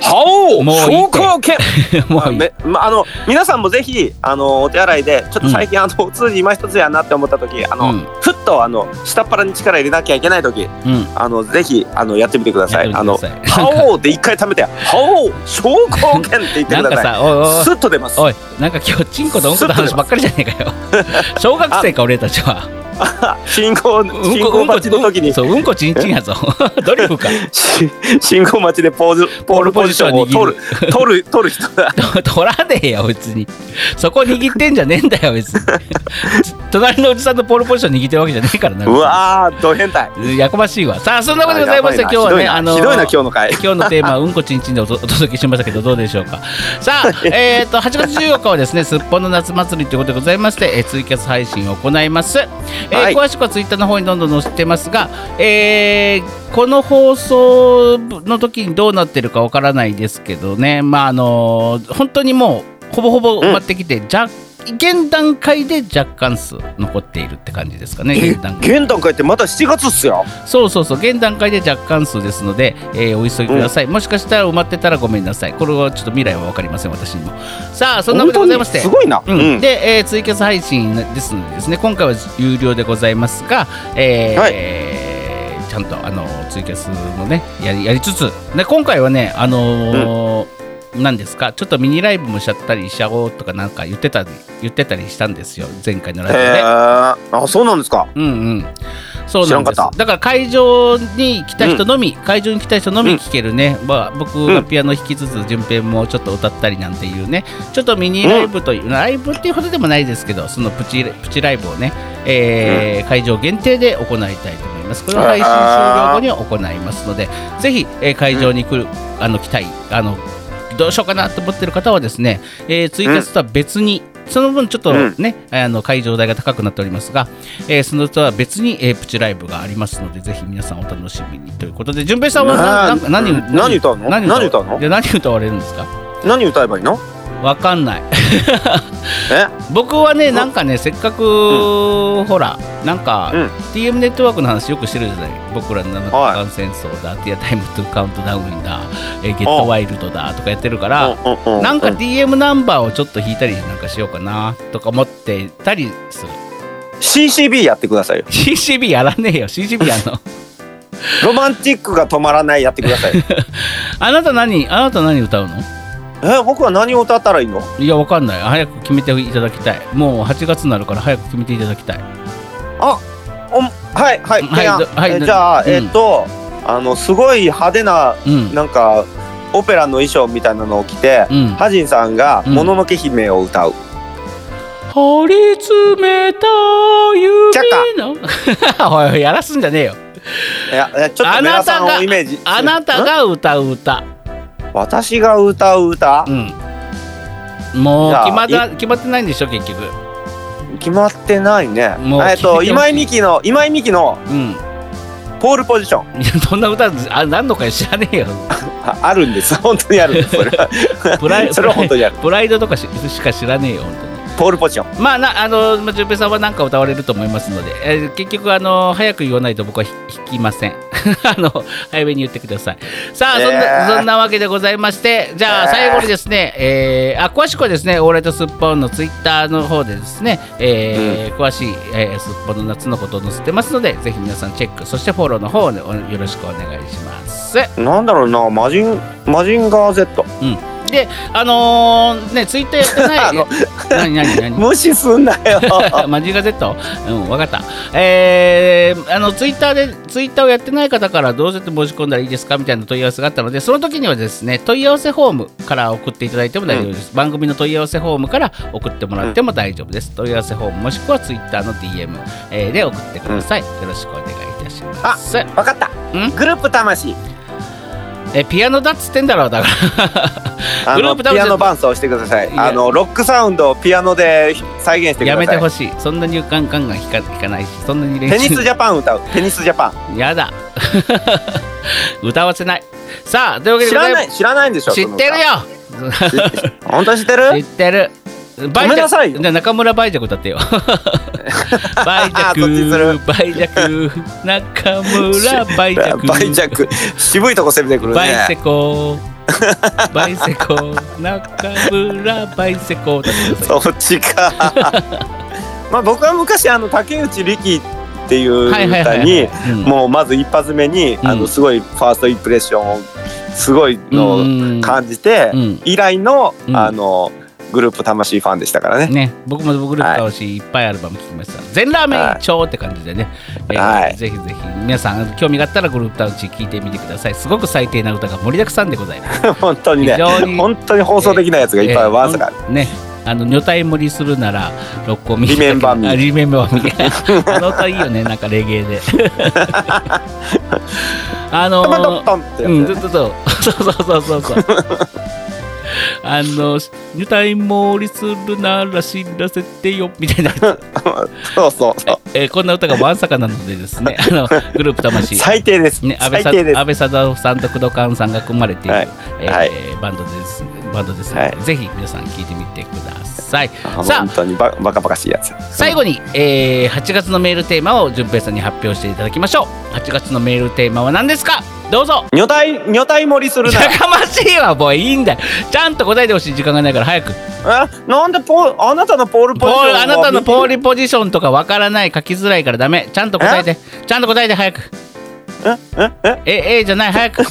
覇王もういいって昇降 *laughs* 拳。もういいめまあの皆さんもぜひあのお手洗いでちょっと最近、あのお通じ今一つやなって思った時あの、うんふっとあの下っ腹に力入れなきゃいけない時うんあのぜひあのやってみてください。やあってみのてください覇王で一回貯めて覇王昇降拳って言ってなくんかださい。さおいおいスッと出ます。おいおいなんか今日チンコとうんこの話ばっかりじゃね *laughs* えかよ小学生か俺たちは信号うん信こう号んこ待ちの時にそううんこちんちんや *laughs* ぞドリフかし *laughs* 信号待ちでポーズポールポジションを取る取る取る人が *laughs* と取らねえよ別にそこ握ってんじゃねえんだよ *laughs* 別に隣のおじさんのポールポジション握ってるわけじゃねえからなうわード変態やこましいわさあそんなことでございましてあ今日やばはいねなあのひどいなひどいな今日の回今日のテー *laughs* マ「うんこちんちん」でおとお届けしましたけどどうでしょうかさあえっと8月14日はですねすっぽんの夏祭りということでございまして、えーツイキャス配信を行います、えーはい詳しくはツイッターの方にどんどん載せてますが、えーこの放送の時にどうなってるかわからないですけどねまああの本当にもうほぼほぼ埋まってきて、若現段階で若干数残っているって感じですかね現段階現段階ってまた7月っすよそうそうそう、現段階で若干数ですので、えーお急ぎください、もしかしたら埋まってたらごめんなさい。これはちょっと未来は分かりません、私にも。さあ、そんなことでございまして。本当にすごいなうんうんで、えーツイキャス配信ですのでですね、今回は有料でございますが、えーはいえーちゃんとあのツイキャスもねやりやりつつ、ね、今回はね、あのーなんですかちょっとミニライブもしちゃったりしちゃおうとかなんか言ってたり言ってたりしたんですよ前回のラへイブーで、あそうなんですかうんうん、そうなんです知らんかっだから会場に来た人のみ、会場に来た人のみ聴けるね、まあ、僕がピアノ弾きつつ順平もちょっと歌ったりなんていうねちょっとミニライブという、ライブっていうほどでもないですけどそのプチプチライブをね、えー会場限定で行いたいと思いますこれは配信終了後に行いますのでぜひ、えー会場に来る、あの来たいあのどうしようかなと思ってる方はですね、えー、ツイキャスとは別に、その分ちょっとね、あの会場代が高くなっておりますが、えーそのとは別に、えープチライブがありますので、ぜひ皆さんお楽しみにということで、順平さんはなねんか何何歌うの何歌うので何歌われるんですか何歌えばいいのわかんない。 *laughs* え僕はね、なんかね、せっかく、ほら、なんか、うん TM ネットワークの話よくしてるじゃない、僕らの7日は間戦争だ、ティアタイムトゥカウントダウンだ、えーゲットワイルドだとかやってるから、うんうんなんかうん DM ナンバーをちょっと引いたりなんかしようかなとか思ってたりする。 *laughs* CCB やってくださいよ CCB やらねえよ、CCB やんの。 *laughs* ロマンティックが止まらないやってくださいあなた何、あなた何歌うのえ僕は何を歌ったらいいのいや、わかんない。早く決めていただきたい。もう8月になるから早く決めていただきたい。あおはいはいはい提案どはいえどじゃあ、うんえっとあのすごい派手なうん。なんかオペラの衣装みたいなのを着て、うん。ハジンさんが「うんもののけ姫」を歌う、張り詰めた指の。 *laughs* おいおい、やらすんじゃねえよ。いやいやちょっあとメなラたさがんをイメージあなたんが歌う歌。私が歌う歌う、ん。もうじゃあ決まった決まってないんでしょ、結局。決まってないねもうえっと決めてほしい今井美樹の今井美樹のうん。ポールポジションいやどんな歌あ何のか知らねえよ。ああるんです *laughs* 本当にあるんですそれ *laughs* はプラ *laughs* イそれは本当にあるプライドとかししか知らねえよ、本当に。ポールポジションまあ、なあの、まあ、純平さんは何か歌われると思いますので、えー結局、あの、早く言わないと僕はひ弾きません。 *laughs* あの、早めに言ってください。さあ、そんな、えーそんなわけでございまして、じゃあ、えー最後にですね、えーあ、詳しくはですね、オーライトスッポンのツイッターの方でですね、えー詳しい、えー、スッポンの夏のことを載せてますので、ぜひ皆さんチェック、そしてフォローの方をね、およろしくお願いします。なんだろうなマジンマジンガー Z うん、で、あのーね、ツイッターやってない。 *laughs* あの何何何無視すんな *laughs* よマジガゼットうん、わかった。えー、あの、ツイッターで、ツイッターをやってない方からどうやって申し込んだらいいですかみたいな問い合わせがあったので、その時にはですね、問い合わせフォームから送っていただいても大丈夫です。番組の問い合わせフォームから送ってもらっても大丈夫です。問い合わせフォームもしくはツイッターの DM、えーで送ってください。よろしくお願いいたします。わかったんグループ魂え、ピアノだっつってんだろう、だから。あグルーのプ魂ピアノ伴奏してくださいいやあのロックサウンドをピアノで再現してくだやさいめてほしい。そんなにガンガンガン弾か弾かないし、そんなに練テニ習スジャパン *laughs* 歌うテニスジャパンやだ *laughs* 歌わせないさあというわけで知ござらいまない知らないんでしょ知そっのて歌るよ本当知って知るってるめんなさいよじゃあ中村バイジャク歌っ *laughs* てよバイジャそっちにするクバイジャク中村バイジャ *laughs* クバイジャ *laughs* ック渋いとこ攻めてくるバイセねコバイセコ中村バイセコ歌ってくださそっち *laughs* かまあ僕は昔あの竹内力って *laughs* いうはいはいは歌いにいうんもうまず一発目にんあのすごいファーストインプレッションをすごいのをうん感じてうん以来のうんあのグループ魂ファンでしたからねね、僕も僕ループ倒しいっぱいアルバム聴きました全ラーメン一丁って感じでね、えーはいぜひぜひ皆さん興味があったらグループ倒し聞いてみてくださいすごく最低な歌が盛りだくさんでございます本当にね非常に本当に放送できないやつがいっぱいわえずーかあるねあの女体盛りするなら六個見リメンバーミーリメンバーミー *laughs* あの歌いいよねなんかレゲエで *laughs* あのトントーントンってやつうん、そうそうそう。そうそうそうそう *laughs* そう。あの、入隊盛りするなら知らせてよ、みたいなやつ。そうそうそうえーこんな歌がわんさかなのでですね、あの、グループ魂。最低です、ね、安倍最さ低です安倍貞夫さんと工藤勘さんが組まれている、はいえーはいバンドですバンドですので、はいぜひ皆さん聞いてみてください。さあ本、当にババカバカしいやつ最後に、えー8月のメールテーマを順平さんに発表していただきましょう。8月のメールテーマは何ですかどうぞ女体女体盛りする *laughs* なやかましいわもういいんだよちゃんと答えてほしい時間がないから早くえなんでポーあなたのポールポポジシーョンルはあなたのポールポジションとかわからない書きづらいからダメちゃんと答えてちゃんと答えて早くえええじゃない早く考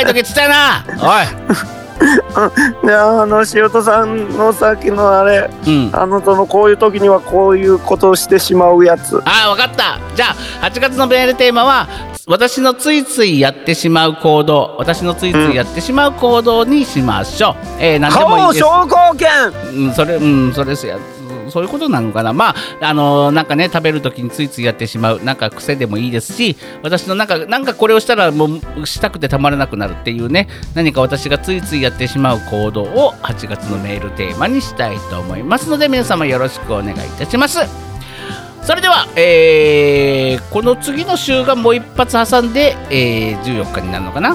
えとけっつったよなおいであの塩田さんのさっきのあれうんあのそのこういう時にはこういうことをしてしまうやつああ分かったじゃあ8月のメールテーマは私のついついやってしまう行動私のついついやってしまう行動にしましょう、えー、何でもいい顔です証拠券うん、それ、うん、それすや、うんそういうことなのかな。まあ、あのーなんかね、食べるときについついやってしまう、なんか癖でもいいですし、私のなんか、なんかこれをしたら、もう、したくてたまらなくなるっていうね、何か私がついついやってしまう行動を8月のメールテーマにしたいと思いますので、皆様よろしくお願いいたします。それでは、えーこの次の週がもう一発挟んで、えー14日になるのかな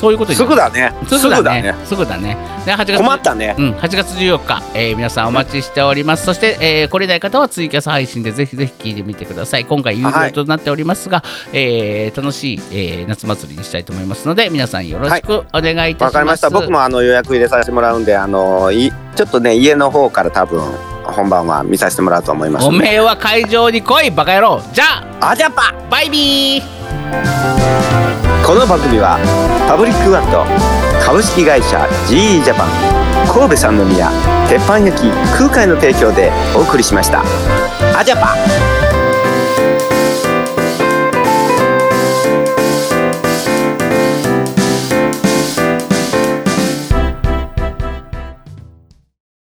そういうことにすぐだねすすぐぐだだねね。すぐだね。で8月 *laughs* 困ったねうん、8月14日、えー皆さんお待ちしております。そして、えー来れない方はツイキャス配信でぜひぜひ聞いてみてください。今回有料となっておりますが、えー楽しい、えー夏祭りにしたいと思いますので、皆さんよろしくお願いいたします。わかりました僕もあの予約入れさせてもらうんであのいちょっとね家の方から多分本番は見させてもらうと思いますおめえは会場に来い、バカ野郎。じゃあ、あじゃっぱバイビー。この番組はパブリックワンと株式会社 GE ジャパン神戸三宮鉄板焼き空海の提供でお送りしましたあじゃっぱ